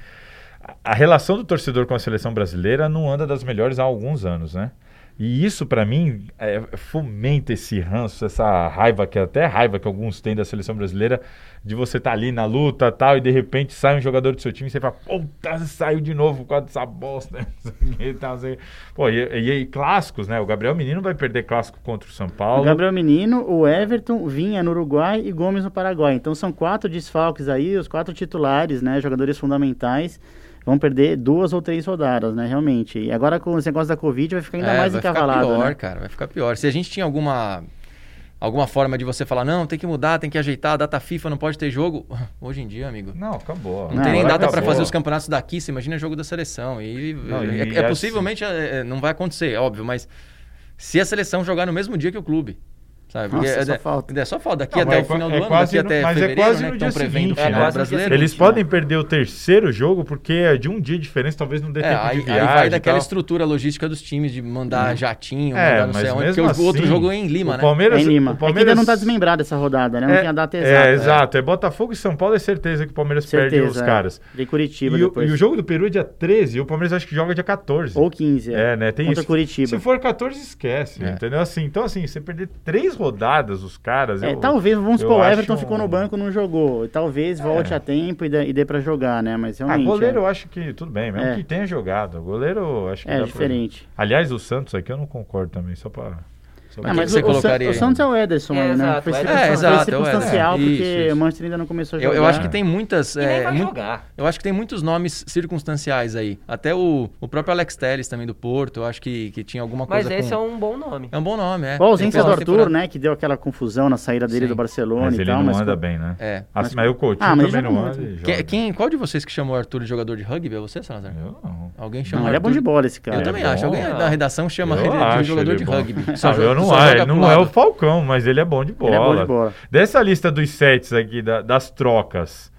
Speaker 2: a- a relação do torcedor com a seleção brasileira não anda das melhores há alguns anos, né? E isso, pra mim, é, fomenta esse ranço, essa raiva, que é até raiva que alguns têm da seleção brasileira, de você estar ali na luta tal, e de repente sai um jogador do seu time e você fala, puta, saiu de novo por causa dessa bosta. não sei o que e tal, não sei o que. Pô, e, e, aí clássicos, né? O Gabriel Menino vai perder clássico contra o São
Speaker 3: O
Speaker 2: Paulo.
Speaker 3: Gabriel Menino, o Everton, Vinha no Uruguai e Gomes no Paraguai. Então são quatro desfalques aí, os quatro titulares, né? Jogadores fundamentais. Vão perder duas ou três rodadas, né? Realmente. E agora com esse negócio da Covid vai ficar ainda
Speaker 1: É,
Speaker 3: mais
Speaker 1: vai
Speaker 3: encavalado.
Speaker 1: Ficar pior,
Speaker 3: né?
Speaker 1: cara, vai ficar pior. Se a gente tinha alguma alguma forma de você falar, não, tem que mudar, tem que ajeitar, a data FIFA não pode ter jogo. Hoje em dia, amigo, não,
Speaker 2: Não, acabou.
Speaker 1: tem nem
Speaker 2: Agora
Speaker 1: data pra
Speaker 2: acabou.
Speaker 1: fazer os campeonatos daqui, você imagina jogo da seleção. E,
Speaker 2: Não,
Speaker 1: é,
Speaker 2: e
Speaker 1: é
Speaker 2: assim-
Speaker 1: possivelmente é, é, não vai acontecer, óbvio, mas se a seleção jogar no mesmo dia que o clube, sabe?
Speaker 3: Nossa,
Speaker 1: é,
Speaker 3: só
Speaker 1: é-
Speaker 3: falta.
Speaker 1: é só falta daqui
Speaker 2: Não,
Speaker 1: até o
Speaker 2: mas é qua-
Speaker 1: final do
Speaker 2: é
Speaker 1: ano, daqui
Speaker 2: quase no-
Speaker 1: até
Speaker 2: mas é
Speaker 1: fevereiro, né,
Speaker 2: quase no
Speaker 1: que estão
Speaker 2: dia
Speaker 1: prevendo o
Speaker 2: seguinte,
Speaker 1: final
Speaker 4: né?
Speaker 1: do brasileiro.
Speaker 2: Eles
Speaker 4: né?
Speaker 2: podem perder o terceiro jogo porque é de um dia de diferença, talvez não dê
Speaker 1: É,
Speaker 2: tempo
Speaker 1: aí,
Speaker 2: de
Speaker 1: aí
Speaker 2: viagem.
Speaker 1: vai
Speaker 2: e
Speaker 1: daquela
Speaker 2: tal.
Speaker 1: estrutura logística dos times de mandar jatinho,
Speaker 2: É,
Speaker 1: mandar não
Speaker 2: mas
Speaker 1: sei
Speaker 2: mesmo
Speaker 1: onde, porque o
Speaker 2: assim,
Speaker 1: outro jogo é em Lima,
Speaker 2: o
Speaker 1: né?
Speaker 2: Palmeiras,
Speaker 3: É em Lima.
Speaker 2: O
Speaker 3: É que
Speaker 2: Palmeiras
Speaker 3: ainda não tá desmembrada essa rodada, né? Não tem a data
Speaker 2: É,
Speaker 3: exata.
Speaker 2: exato. É Botafogo e São Paulo é certeza que o Palmeiras perde os
Speaker 3: é.
Speaker 2: caras.
Speaker 3: De
Speaker 2: E
Speaker 3: Curitiba
Speaker 2: o,
Speaker 3: depois.
Speaker 2: e o jogo do Peru é dia 13 e o Palmeiras acho que joga dia 14.
Speaker 3: Ou 15.
Speaker 2: É, né? Tem
Speaker 3: Contra
Speaker 2: isso.
Speaker 3: Curitiba.
Speaker 2: Se for 14, esquece,
Speaker 1: É.
Speaker 2: entendeu? Assim, então, assim, você perder três rodadas, os caras...
Speaker 3: É,
Speaker 2: eu-
Speaker 3: talvez, vamos
Speaker 2: eu
Speaker 3: supor, o
Speaker 2: acho
Speaker 3: Everton
Speaker 2: um-
Speaker 3: ficou no banco não jogou. Talvez volte a tempo e dê, e dê pra jogar, né? Mas
Speaker 2: Ah,
Speaker 3: realmente.
Speaker 2: goleiro eu acho que tudo bem, mesmo
Speaker 3: É.
Speaker 2: que tenha jogado. Goleiro eu acho que
Speaker 3: é,
Speaker 2: dá
Speaker 3: é
Speaker 2: pra-
Speaker 3: diferente.
Speaker 2: Aliás, o Santos aqui eu não concordo também, só pra. Só
Speaker 1: quem
Speaker 3: Ah,
Speaker 1: que
Speaker 3: mas o,
Speaker 1: você
Speaker 3: o San-
Speaker 1: colocaria
Speaker 3: o
Speaker 1: aí?
Speaker 3: Santos é o Ederson,
Speaker 4: É,
Speaker 3: aí, né?
Speaker 4: exato,
Speaker 3: Foi,
Speaker 4: é,
Speaker 3: circunstan- foi
Speaker 1: exato, é o Ederson.
Speaker 3: circunstancial,
Speaker 1: É,
Speaker 3: porque
Speaker 1: isso, isso.
Speaker 3: o Manchester ainda não começou a
Speaker 1: Eu,
Speaker 3: jogar.
Speaker 1: eu acho que tem muitas.
Speaker 4: E nem
Speaker 1: é,
Speaker 4: vai
Speaker 1: mu-
Speaker 4: jogar.
Speaker 1: eu acho que tem muitos nomes circunstanciais aí. Até o, o próprio Alex Telles também do Porto, eu acho que, que tinha alguma
Speaker 4: Mas
Speaker 1: coisa.
Speaker 4: esse
Speaker 1: com...
Speaker 4: é um bom nome.
Speaker 1: é um bom nome, é.
Speaker 3: Ou a ausência
Speaker 1: Ele
Speaker 3: do
Speaker 1: fez uma
Speaker 3: Arthur,
Speaker 1: temporada-
Speaker 3: né? Que deu aquela confusão na saída dele
Speaker 1: Sim.
Speaker 3: do Barcelona
Speaker 2: mas
Speaker 3: e
Speaker 2: ele
Speaker 3: tal.
Speaker 2: não
Speaker 3: mas
Speaker 2: anda bem, né?
Speaker 1: É.
Speaker 2: Ah, mas, o Coutinho
Speaker 3: Ah, mas ele
Speaker 2: também não
Speaker 3: joga
Speaker 2: anda.
Speaker 3: muito.
Speaker 2: e
Speaker 1: Que-
Speaker 2: joga.
Speaker 1: quem, qual de vocês que chamou o Arthur de jogador de rugby? É você, Salazar?
Speaker 2: Eu não.
Speaker 1: Alguém chama
Speaker 3: Não,
Speaker 1: o
Speaker 3: ele é bom
Speaker 1: Arthur-
Speaker 3: de bola esse cara.
Speaker 1: Eu também
Speaker 2: É
Speaker 1: acho. Alguém
Speaker 4: bom.
Speaker 1: da redação chama
Speaker 2: Eu
Speaker 1: É ele de
Speaker 2: acho
Speaker 1: jogador
Speaker 2: ele
Speaker 1: de
Speaker 2: bom.
Speaker 1: rugby.
Speaker 2: Não, eu não
Speaker 1: só
Speaker 2: acho.
Speaker 1: joga
Speaker 2: Ele
Speaker 1: pro
Speaker 2: não é o
Speaker 1: lado.
Speaker 2: Falcão, mas ele é bom de bola.
Speaker 3: Ele é bom de bola.
Speaker 2: Dessa lista dos sets aqui, da- das trocas,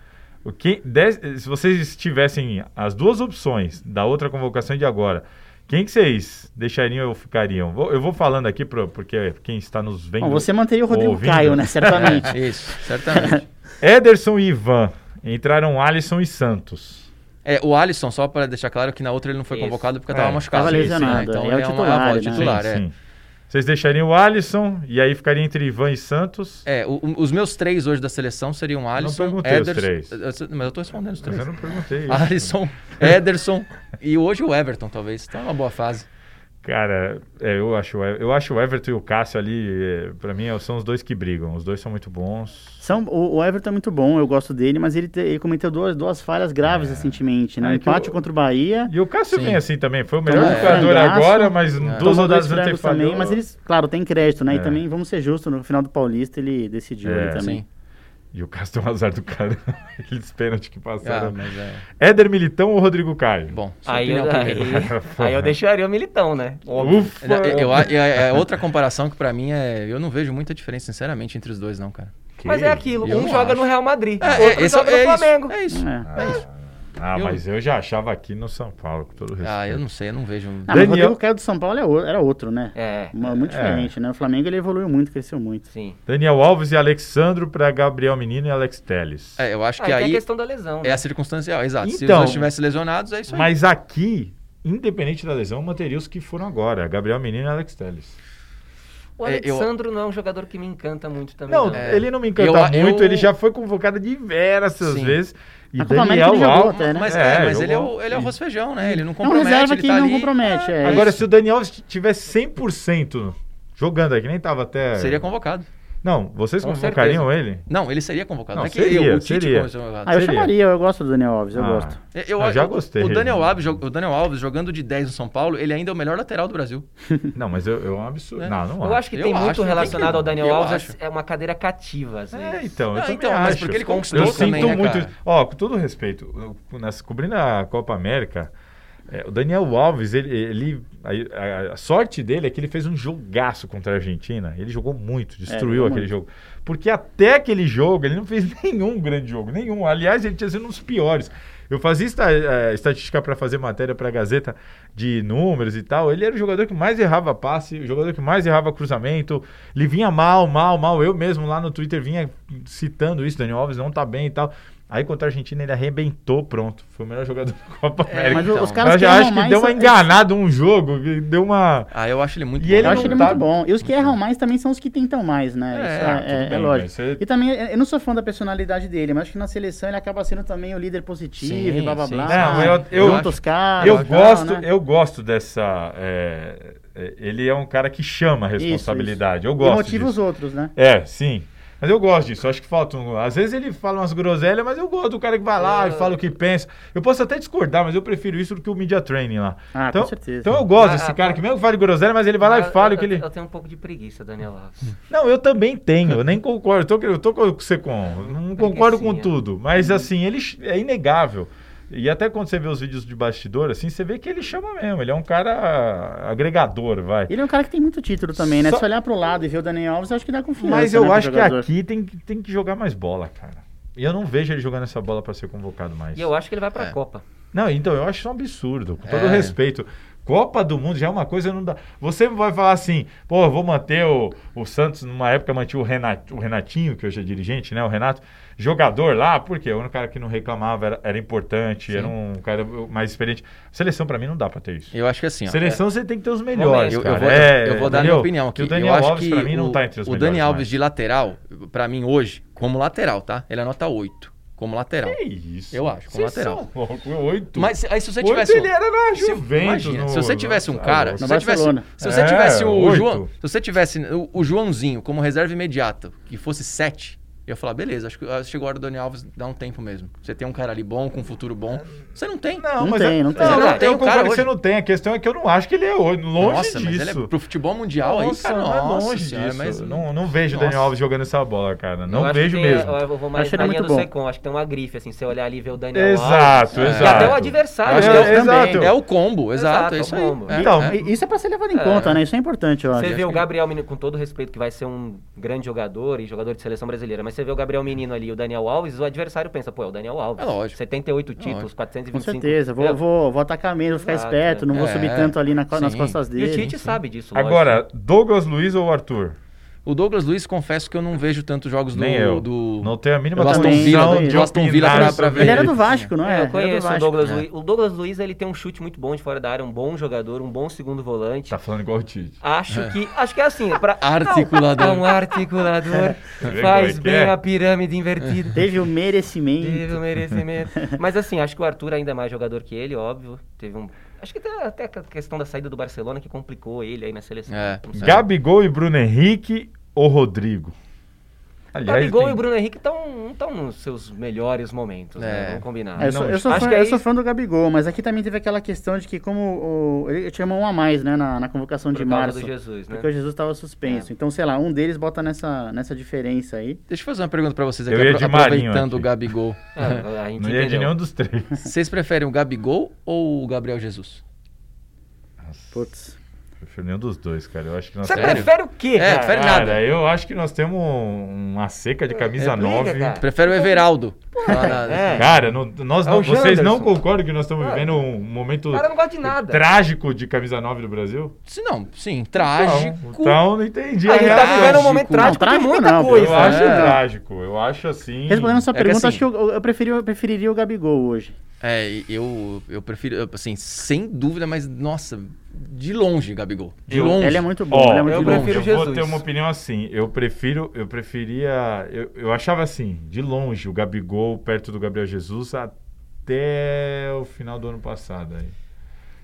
Speaker 2: o que, dez- se vocês tivessem as duas opções da outra convocação de agora, quem que vocês deixariam ou ficariam? Vou- Eu vou falando aqui, pro, porque quem está nos vendo.
Speaker 3: Bom, você manteria o Rodrigo
Speaker 2: Ouvindo.
Speaker 3: Caio, né? Certamente.
Speaker 1: É, isso, certamente.
Speaker 2: Ederson e Ivan. Entraram Alisson e Santos.
Speaker 1: É, o Alisson, só para deixar claro que na outra ele não foi
Speaker 4: Isso.
Speaker 1: convocado porque
Speaker 2: É,
Speaker 1: estava machucado.
Speaker 3: tava
Speaker 1: Sim,
Speaker 3: lesionado,
Speaker 1: sim, né? Então
Speaker 3: é o
Speaker 1: ele uma-
Speaker 3: titular,
Speaker 1: é o
Speaker 3: né?
Speaker 1: titular, é.
Speaker 2: Vocês deixariam o Alisson e aí ficaria entre Ivan e Santos?
Speaker 1: É, o- o- os meus três hoje da seleção seriam Alisson,
Speaker 2: perguntei os
Speaker 1: Ederson.
Speaker 2: três.
Speaker 1: Eu- Mas eu tô respondendo os
Speaker 2: Mas
Speaker 1: três.
Speaker 2: eu não perguntei. isso.
Speaker 1: Alisson, Ederson e hoje o Everton, talvez. Tá uma boa fase.
Speaker 2: Cara, é, eu, acho, o E- eu acho o Everton e o Cássio ali, é, pra mim, são os dois que brigam. Os dois são muito bons.
Speaker 3: São, o, o Everton é muito bom, eu gosto dele, mas ele, te- ele cometeu duas, duas falhas graves recentemente,
Speaker 2: É
Speaker 3: né? Um
Speaker 2: que o-
Speaker 3: empate contra o Bahia.
Speaker 2: E o Cássio
Speaker 1: Sim. É.
Speaker 2: vem assim também. Foi o melhor
Speaker 3: Tomou um
Speaker 2: jogador
Speaker 3: frangaço,
Speaker 2: agora, mas duas
Speaker 3: tomou dois
Speaker 2: rodadas antes ele
Speaker 3: frangos também,
Speaker 2: falhou.
Speaker 3: mas eles, claro, tem crédito, né? E
Speaker 2: É.
Speaker 3: também, vamos ser justos, no final do Paulista ele decidiu
Speaker 2: É.
Speaker 3: ali também.
Speaker 1: Sim.
Speaker 2: E o Cássio tem um azar do cara. Aqueles pênaltis que
Speaker 1: Ah,
Speaker 2: passaram.
Speaker 1: mas é.
Speaker 2: Éder Militão ou Rodrigo Caio?
Speaker 1: Bom, um sua
Speaker 4: Aí
Speaker 1: opinião
Speaker 4: eu, aí,
Speaker 1: primeiro.
Speaker 4: aí eu deixaria o Militão, né? Óbvio.
Speaker 2: Ufa!
Speaker 1: Não, eu- eu- é- é outra comparação que pra mim é. Eu não vejo muita diferença, sinceramente, entre os dois, não, cara.
Speaker 2: Que
Speaker 4: Mas é aquilo,
Speaker 1: Eu
Speaker 4: um
Speaker 1: não
Speaker 4: joga
Speaker 1: acho.
Speaker 4: no Real Madrid,
Speaker 1: É,
Speaker 4: Ah, outro
Speaker 1: é, esse-
Speaker 4: joga
Speaker 1: é
Speaker 4: no
Speaker 1: isso,
Speaker 4: Flamengo.
Speaker 1: É isso.
Speaker 3: É.
Speaker 1: É isso.
Speaker 2: Ah,
Speaker 1: Eu-
Speaker 2: mas eu já achava aqui no São Paulo, com todo respeito.
Speaker 1: Ah, eu não sei, eu não vejo.
Speaker 3: Ah, mas o
Speaker 2: Daniel-
Speaker 3: Rodrigo Caio do São Paulo é o- era outro, né?
Speaker 4: É,
Speaker 3: Uma- Muito
Speaker 2: É.
Speaker 3: diferente, né? O Flamengo ele evoluiu muito, cresceu muito.
Speaker 4: sim.
Speaker 2: Daniel Alves e Alexandro pra Gabriel Menino e Alex Telles.
Speaker 1: É, eu acho
Speaker 4: Aí
Speaker 1: que
Speaker 4: tem a
Speaker 1: aí
Speaker 4: questão da lesão, né?
Speaker 1: é a circunstancial, exato. Se os
Speaker 2: Então-
Speaker 1: dois estivessem lesionados, é isso aí.
Speaker 2: Mas aqui, independente da lesão, eu manteria os que foram agora, Gabriel Menino e Alex Telles.
Speaker 4: O
Speaker 1: é, eu-
Speaker 4: Alexandro não é um jogador que me encanta muito também.
Speaker 2: Não,
Speaker 1: É.
Speaker 2: ele não me encanta
Speaker 1: Eu-
Speaker 2: muito,
Speaker 1: eu-
Speaker 2: ele já foi convocado diversas
Speaker 1: Sim.
Speaker 2: vezes. E
Speaker 3: Na Copa América
Speaker 2: Daniel
Speaker 3: ele jogou
Speaker 2: Alves.
Speaker 3: até, né?
Speaker 1: Mas, é,
Speaker 2: É,
Speaker 1: mas ele, é
Speaker 2: jogou.
Speaker 1: o, ele é o arroz feijão, né? Ele não
Speaker 3: É um
Speaker 1: compromete,
Speaker 3: reserva
Speaker 1: ele
Speaker 3: que
Speaker 1: tá
Speaker 3: não
Speaker 1: ali.
Speaker 3: compromete. É,
Speaker 2: Agora,
Speaker 3: isso.
Speaker 2: se o Daniel Alves tiver 100% jogando aqui, nem tava até.
Speaker 1: Seria convocado.
Speaker 2: Não, vocês
Speaker 4: Com
Speaker 2: convocariam ele?
Speaker 1: Não, ele seria convocado.
Speaker 2: Não,
Speaker 1: Não, é que
Speaker 2: seria,
Speaker 1: eu, o Tite
Speaker 2: seria.
Speaker 1: começou convocado.
Speaker 3: Ah, eu
Speaker 2: seria.
Speaker 3: chamaria, eu gosto do Daniel Alves, eu
Speaker 2: Ah,
Speaker 3: gosto.
Speaker 1: Eu,
Speaker 2: Eu já
Speaker 1: eu-
Speaker 2: gostei.
Speaker 1: O Daniel, Alves, jo- o Daniel Alves jogando de 10 no São Paulo, ele ainda é o melhor lateral do Brasil.
Speaker 2: Não, mas eu, eu é um absurdo.
Speaker 1: É.
Speaker 2: Não, não
Speaker 4: Eu acho que
Speaker 1: Eu
Speaker 4: tem
Speaker 1: acho,
Speaker 4: muito
Speaker 1: tem
Speaker 4: relacionado
Speaker 1: que-
Speaker 4: ao Daniel
Speaker 1: eu
Speaker 4: Alves,
Speaker 1: acho.
Speaker 4: é uma cadeira cativa, às
Speaker 2: É,
Speaker 4: vezes.
Speaker 2: então, eu
Speaker 1: Ah,
Speaker 2: também
Speaker 1: então, mas
Speaker 2: acho.
Speaker 1: porque ele
Speaker 2: Eu
Speaker 1: conquistou
Speaker 2: sinto
Speaker 1: também, né,
Speaker 2: muito.
Speaker 1: cara?
Speaker 2: isso. Ó, com todo respeito, eu- nas, cobrindo a Copa América, É, o Daniel Alves, ele, ele- a, a- a sorte dele é que ele fez um jogaço contra a Argentina. Ele jogou muito, destruiu
Speaker 3: jogou
Speaker 2: aquele
Speaker 3: muito.
Speaker 2: jogo. Porque até aquele jogo, ele não fez nenhum grande jogo, nenhum. Aliás, ele tinha sido um dos piores. Eu fazia esta- eh, estatística para fazer matéria para a Gazeta de números e tal. Ele era o jogador que mais errava passe, o jogador que mais errava cruzamento. Ele vinha mal, mal, mal. Eu mesmo lá no Twitter vinha citando isso. Daniel Alves não tá bem e tal. Aí contra a Argentina ele arrebentou, pronto. Foi o melhor jogador da Copa
Speaker 1: É,
Speaker 2: América.
Speaker 3: Mas o-
Speaker 1: então.
Speaker 3: os caras
Speaker 2: eu
Speaker 3: que
Speaker 2: já
Speaker 3: erram
Speaker 2: acho que
Speaker 3: mais é
Speaker 2: deu uma
Speaker 3: são-
Speaker 2: enganada um jogo, que deu uma.
Speaker 1: Ah, eu acho ele muito
Speaker 2: E
Speaker 1: bom.
Speaker 2: ele
Speaker 3: Eu acho ele é
Speaker 2: não tá-
Speaker 3: muito bom. E os que erram mais também são os que tentam mais, né?
Speaker 1: É,
Speaker 3: Isso
Speaker 1: ah,
Speaker 3: é, é-
Speaker 2: tudo
Speaker 3: é
Speaker 2: bem,
Speaker 3: lógico.
Speaker 2: mas você-
Speaker 3: E também, é, eu não sou fã da personalidade dele, mas acho que na seleção ele acaba sendo também o líder positivo
Speaker 1: Sim,
Speaker 3: e blá blá
Speaker 1: sim,
Speaker 3: blá.
Speaker 1: sim.
Speaker 2: Não, eu- eu-
Speaker 3: junta os caras.
Speaker 2: eu
Speaker 3: tal,
Speaker 2: gosto,
Speaker 3: né?
Speaker 2: eu gosto dessa. é, é, ele é um cara que chama a
Speaker 3: Isso,
Speaker 2: responsabilidade. Eu
Speaker 3: isso.
Speaker 2: gosto.
Speaker 3: E motiva
Speaker 2: disso.
Speaker 3: os outros, né?
Speaker 2: É, sim. Mas eu gosto disso. Acho que falta um. Às vezes ele fala umas groselhas, mas eu gosto do cara que vai lá
Speaker 3: É.
Speaker 2: e fala o que pensa. Eu posso até discordar, mas eu prefiro isso do que o media training lá.
Speaker 3: Ah,
Speaker 2: então,
Speaker 3: com certeza.
Speaker 2: então eu gosto
Speaker 4: Ah,
Speaker 2: desse
Speaker 4: ah,
Speaker 2: cara
Speaker 4: tá.
Speaker 2: que mesmo que fale groselha, mas ele vai lá e
Speaker 3: Ah,
Speaker 4: Eu-
Speaker 2: fala
Speaker 4: eu,
Speaker 2: o que ele. Hum,
Speaker 4: Eu tenho um pouco de preguiça, Daniel Alves.
Speaker 2: Não, eu também tenho, eu nem concordo. Eu tô, eu tô com você com. Não concordo com
Speaker 4: Preguicinha.
Speaker 2: tudo. Mas assim, ele ch- é inegável. E até quando você vê os vídeos de bastidor, assim, você vê que ele chama mesmo. Ele é um cara agregador, vai.
Speaker 3: Ele é um cara que tem muito título também, né?
Speaker 2: Só-
Speaker 3: Se olhar pro lado e ver o Daniel Alves, eu acho que dá confiança.
Speaker 2: Mas eu
Speaker 3: né, pro
Speaker 2: acho que
Speaker 3: jogador.
Speaker 2: aqui tem, que- tem que jogar mais bola, cara. E eu não vejo ele jogando essa bola pra ser convocado mais.
Speaker 4: E eu acho que ele vai pra
Speaker 1: É.
Speaker 4: Copa.
Speaker 2: Não, então eu acho isso um absurdo. Com todo
Speaker 1: É.
Speaker 2: respeito. Copa do Mundo já é uma coisa não dá. Você vai falar assim, pô, eu vou manter o, o Santos numa época mantinha o, Renat, o Renatinho, que hoje é dirigente, né? O Renato, jogador lá, porque era um cara que não reclamava, era, era importante, era um cara mais experiente. Seleção pra mim não dá pra ter isso.
Speaker 1: Eu acho que assim, ó.
Speaker 2: Seleção você tem que ter os melhores.
Speaker 4: Momento.
Speaker 1: Eu, eu
Speaker 2: cara.
Speaker 1: vou,
Speaker 2: É,
Speaker 1: eu vou dar minha
Speaker 2: entendeu?
Speaker 1: opinião aqui.
Speaker 2: E O Daniel
Speaker 1: eu acho
Speaker 2: Alves
Speaker 1: que
Speaker 2: pra mim
Speaker 1: o,
Speaker 2: não tá entre os
Speaker 1: o
Speaker 2: melhores.
Speaker 1: Dani Alves
Speaker 2: mais.
Speaker 1: de lateral, pra mim hoje, como lateral, tá? Ele é nota 8, como lateral.
Speaker 2: Que é isso?
Speaker 1: Eu acho, como
Speaker 2: Vocês
Speaker 1: lateral.
Speaker 2: são loucos, é Oito.
Speaker 1: Mas aí se você
Speaker 2: Oito
Speaker 1: tivesse um-
Speaker 2: ele era na
Speaker 1: se,
Speaker 2: Juventus.
Speaker 1: imagina,
Speaker 2: Tá no-
Speaker 1: se você tivesse um
Speaker 2: no-
Speaker 1: cara,
Speaker 2: no-
Speaker 1: se
Speaker 3: No
Speaker 1: você tivesse,
Speaker 3: Barcelona.
Speaker 1: se você
Speaker 2: É,
Speaker 1: tivesse o
Speaker 2: oito.
Speaker 1: João, se você tivesse o, o Joãozinho como reserva imediata, que fosse 7, eu ia falar, beleza, acho que acho que chegou a hora do Dani Alves dar um tempo mesmo. Você tem um cara ali bom, com um futuro bom. Você não tem.
Speaker 2: Não,
Speaker 3: Não
Speaker 2: mas
Speaker 3: tem,
Speaker 2: é-
Speaker 3: não tem.
Speaker 2: Não,
Speaker 1: Não
Speaker 2: não
Speaker 1: tem,
Speaker 2: eu
Speaker 1: o cara
Speaker 2: concordo que
Speaker 1: hoje-
Speaker 2: você não tem. A questão é que eu não acho que ele é hoje- longe
Speaker 1: Nossa, mas ele é
Speaker 2: disso.
Speaker 1: pro futebol mundial aí,
Speaker 2: Nossa,
Speaker 1: cara,
Speaker 2: não é
Speaker 1: nossa
Speaker 2: longe
Speaker 1: senhora,
Speaker 2: disso.
Speaker 1: mas-
Speaker 2: não, não vejo o
Speaker 1: Nossa.
Speaker 2: Daniel Alves jogando essa bola, cara. Não
Speaker 4: Eu acho que
Speaker 2: vejo
Speaker 4: tem-
Speaker 2: mesmo.
Speaker 4: Eu, eu vou mais
Speaker 3: Acho ele
Speaker 4: na linha
Speaker 3: muito
Speaker 4: do
Speaker 3: bom.
Speaker 4: Secom. Acho que tem uma grife, assim. Você olhar ali e ver o Daniel Alves.
Speaker 2: Exato,
Speaker 1: É.
Speaker 2: exato.
Speaker 4: E até o
Speaker 1: Eu
Speaker 4: adversário.
Speaker 1: acho
Speaker 4: né,
Speaker 1: que é-
Speaker 4: também.
Speaker 2: exato.
Speaker 1: É o combo, exato,
Speaker 4: Exato,
Speaker 1: é isso aí.
Speaker 4: o combo.
Speaker 1: É,
Speaker 2: Então,
Speaker 1: é.
Speaker 3: E- Isso é pra ser levado em
Speaker 4: É.
Speaker 3: conta, né? Isso é importante, eu acho.
Speaker 4: Você vê
Speaker 1: acho
Speaker 4: o
Speaker 1: que-
Speaker 4: Gabriel Menino, com todo respeito, que vai ser um grande jogador e jogador de seleção brasileira, mas você vê o Gabriel Menino ali, o Daniel Alves, o adversário pensa, pô, é o Daniel Alves.
Speaker 1: É lógico.
Speaker 4: 78 títulos,
Speaker 1: lógico.
Speaker 4: 425.
Speaker 3: Com certeza. Vou,
Speaker 4: entendeu?
Speaker 3: vou, vou atacar mesmo, vou ficar
Speaker 4: Exato,
Speaker 3: esperto, não vou
Speaker 1: é.
Speaker 3: subir tanto ali na co- nas
Speaker 1: Sim.
Speaker 3: costas
Speaker 4: E
Speaker 3: dele.
Speaker 4: o Tite sabe disso, lógico.
Speaker 2: Agora, Douglas Luiz ou Arthur?
Speaker 1: O Douglas Luiz, confesso que eu não vejo tantos jogos do.
Speaker 2: Nem eu.
Speaker 1: do-
Speaker 2: Não tenho a mínima
Speaker 1: do
Speaker 3: é
Speaker 1: Aston
Speaker 2: condição
Speaker 3: Villa,
Speaker 2: de
Speaker 3: do
Speaker 1: Aston Villa
Speaker 2: opinar
Speaker 1: pra- pra
Speaker 2: sobre
Speaker 1: ver.
Speaker 3: Ele era do
Speaker 2: isso.
Speaker 3: Vasco, não é?
Speaker 4: É,
Speaker 3: Era
Speaker 4: eu
Speaker 3: do
Speaker 4: conheço o
Speaker 3: Vasco.
Speaker 4: Douglas
Speaker 1: né?
Speaker 4: Luiz. O Douglas Luiz, ele tem um chute muito bom de fora da área, um bom jogador, um bom segundo volante.
Speaker 2: Tá falando igual o Tite.
Speaker 4: Acho que. Acho que é assim. Pra...
Speaker 1: Articulador.
Speaker 4: Não, é um articulador.
Speaker 2: vê
Speaker 4: faz
Speaker 2: como é que
Speaker 4: bem
Speaker 2: é?
Speaker 4: a pirâmide invertida.
Speaker 3: Teve o merecimento.
Speaker 4: Teve o merecimento. Mas assim, acho que o Arthur ainda é mais jogador que ele, óbvio. Teve um. Acho que até, até a questão da saída do Barcelona que complicou ele aí na seleção.
Speaker 1: É.
Speaker 4: Não sei.
Speaker 2: Gabigol e Bruno Henrique ou Rodrigo? Aliás,
Speaker 4: Gabigol
Speaker 2: tem-
Speaker 4: e o Bruno Henrique tão- não estão nos seus melhores momentos,
Speaker 1: É.
Speaker 4: né? Vamos combinar.
Speaker 3: É, eu, sou,
Speaker 2: Não,
Speaker 3: eu sou
Speaker 4: acho
Speaker 3: fã,
Speaker 4: que é
Speaker 3: eu sou
Speaker 4: isso.
Speaker 3: fã do Gabigol, mas aqui também teve aquela questão de que como o, ele tinha um a mais, né, na, na convocação
Speaker 4: Por
Speaker 3: de
Speaker 4: causa
Speaker 3: março,
Speaker 4: do Jesus, né?
Speaker 3: porque o Jesus estava suspenso. Então, sei lá, um deles bota nessa, nessa diferença aí.
Speaker 1: Deixa eu fazer uma pergunta pra vocês
Speaker 2: Eu
Speaker 1: aqui,
Speaker 2: ia
Speaker 1: apro-
Speaker 2: de Marinho
Speaker 1: aproveitando
Speaker 2: aqui.
Speaker 1: o Gabigol.
Speaker 4: Ah, a gente
Speaker 2: Não ia de
Speaker 4: entendeu.
Speaker 2: nenhum dos três.
Speaker 1: Vocês preferem o Gabigol ou o Gabriel Jesus?
Speaker 3: Putz.
Speaker 2: Prefiro nenhum dos dois, cara. Eu acho que nós
Speaker 4: Você
Speaker 1: Sério?
Speaker 4: prefere o quê,
Speaker 1: É,
Speaker 4: cara?
Speaker 1: prefere
Speaker 2: Cara,
Speaker 1: nada.
Speaker 2: eu acho que nós temos um- uma seca de camisa
Speaker 4: É, briga,
Speaker 2: 9.
Speaker 4: cara.
Speaker 1: Prefere o Everaldo. Lá na-
Speaker 4: É.
Speaker 2: Cara, não- nós
Speaker 4: É
Speaker 2: não-
Speaker 4: o
Speaker 2: vocês não
Speaker 4: Janderson.
Speaker 2: concordam que nós estamos
Speaker 4: Ah,
Speaker 2: vivendo um momento
Speaker 4: O cara não gosta de nada.
Speaker 2: trágico de camisa 9 do Brasil?
Speaker 1: Se não, sim,
Speaker 2: Então,
Speaker 1: trágico.
Speaker 2: então não entendi.
Speaker 4: A gente tá
Speaker 2: reação.
Speaker 4: vivendo um momento
Speaker 3: Não,
Speaker 4: trágico, de
Speaker 3: trágico
Speaker 4: muita
Speaker 3: não,
Speaker 2: Eu
Speaker 4: coisa. né?
Speaker 1: Pois é.
Speaker 2: acho trágico. Eu acho assim.
Speaker 3: Respondendo a sua
Speaker 1: É que assim-
Speaker 3: pergunta, acho que eu, eu, preferi, eu preferiria o Gabigol hoje.
Speaker 1: É, e eu, eu prefiro, eu, assim, sem dúvida, mas nossa, de longe, Gabigol. De
Speaker 2: Eu-
Speaker 1: longe.
Speaker 3: Ele é muito bom,
Speaker 2: Ó,
Speaker 3: ele é muito
Speaker 4: eu
Speaker 3: bom.
Speaker 4: prefiro
Speaker 2: eu vou
Speaker 4: Jesus.
Speaker 2: ter uma opinião assim. Eu prefiro, eu preferia. Eu, eu achava assim, de longe, o Gabigol perto do Gabriel Jesus até o final do ano passado. Aí.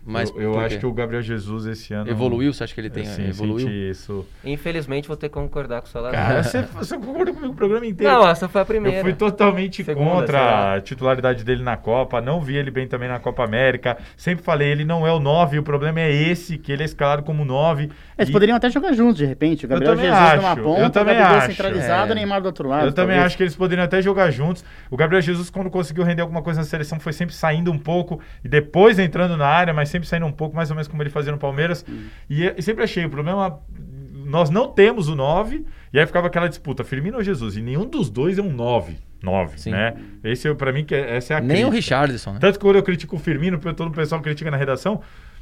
Speaker 1: Mas
Speaker 2: eu eu
Speaker 1: por
Speaker 2: acho
Speaker 1: quê?
Speaker 2: que o Gabriel Jesus esse ano.
Speaker 1: Evoluiu? Você acha que ele tem. né? eh,
Speaker 2: É, sim,
Speaker 1: evoluiu?
Speaker 2: senti isso.
Speaker 4: Infelizmente vou ter que concordar com o Salazar.
Speaker 2: Cara, você, você concorda comigo o programa inteiro.
Speaker 4: não, essa foi a primeira.
Speaker 2: Eu fui totalmente
Speaker 4: Segunda,
Speaker 2: contra
Speaker 4: será?
Speaker 2: a titularidade dele na Copa, não vi ele bem também na Copa América. Sempre falei, ele não é o 9, o problema é esse, que ele é escalado como 9.
Speaker 3: Eles
Speaker 2: E
Speaker 3: poderiam até jogar juntos, de repente. O Gabriel
Speaker 2: também
Speaker 3: Jesus numa
Speaker 2: acho, eu
Speaker 3: ponta, o
Speaker 2: também
Speaker 3: Gabigol
Speaker 2: acho.
Speaker 3: centralizado,
Speaker 1: É.
Speaker 3: o Neymar do outro lado.
Speaker 2: Eu também
Speaker 3: talvez.
Speaker 2: acho que eles poderiam até jogar juntos. O Gabriel Jesus, quando conseguiu render alguma coisa na seleção, foi sempre saindo um pouco e depois entrando na área, mas sempre saindo um pouco, mais ou menos como ele fazia no Palmeiras. E eu sempre achei, o problema. Nós não temos o 9, e aí ficava aquela disputa, Firmino ou Jesus? E nenhum dos dois é um 9. 9,
Speaker 1: Sim.
Speaker 2: né? Esse, é- pra mim, que é- essa é a
Speaker 1: Nem o
Speaker 2: crítica.
Speaker 1: Richardson, né?
Speaker 2: Tanto que quando eu critico o Firmino, todo o pessoal critica na redação,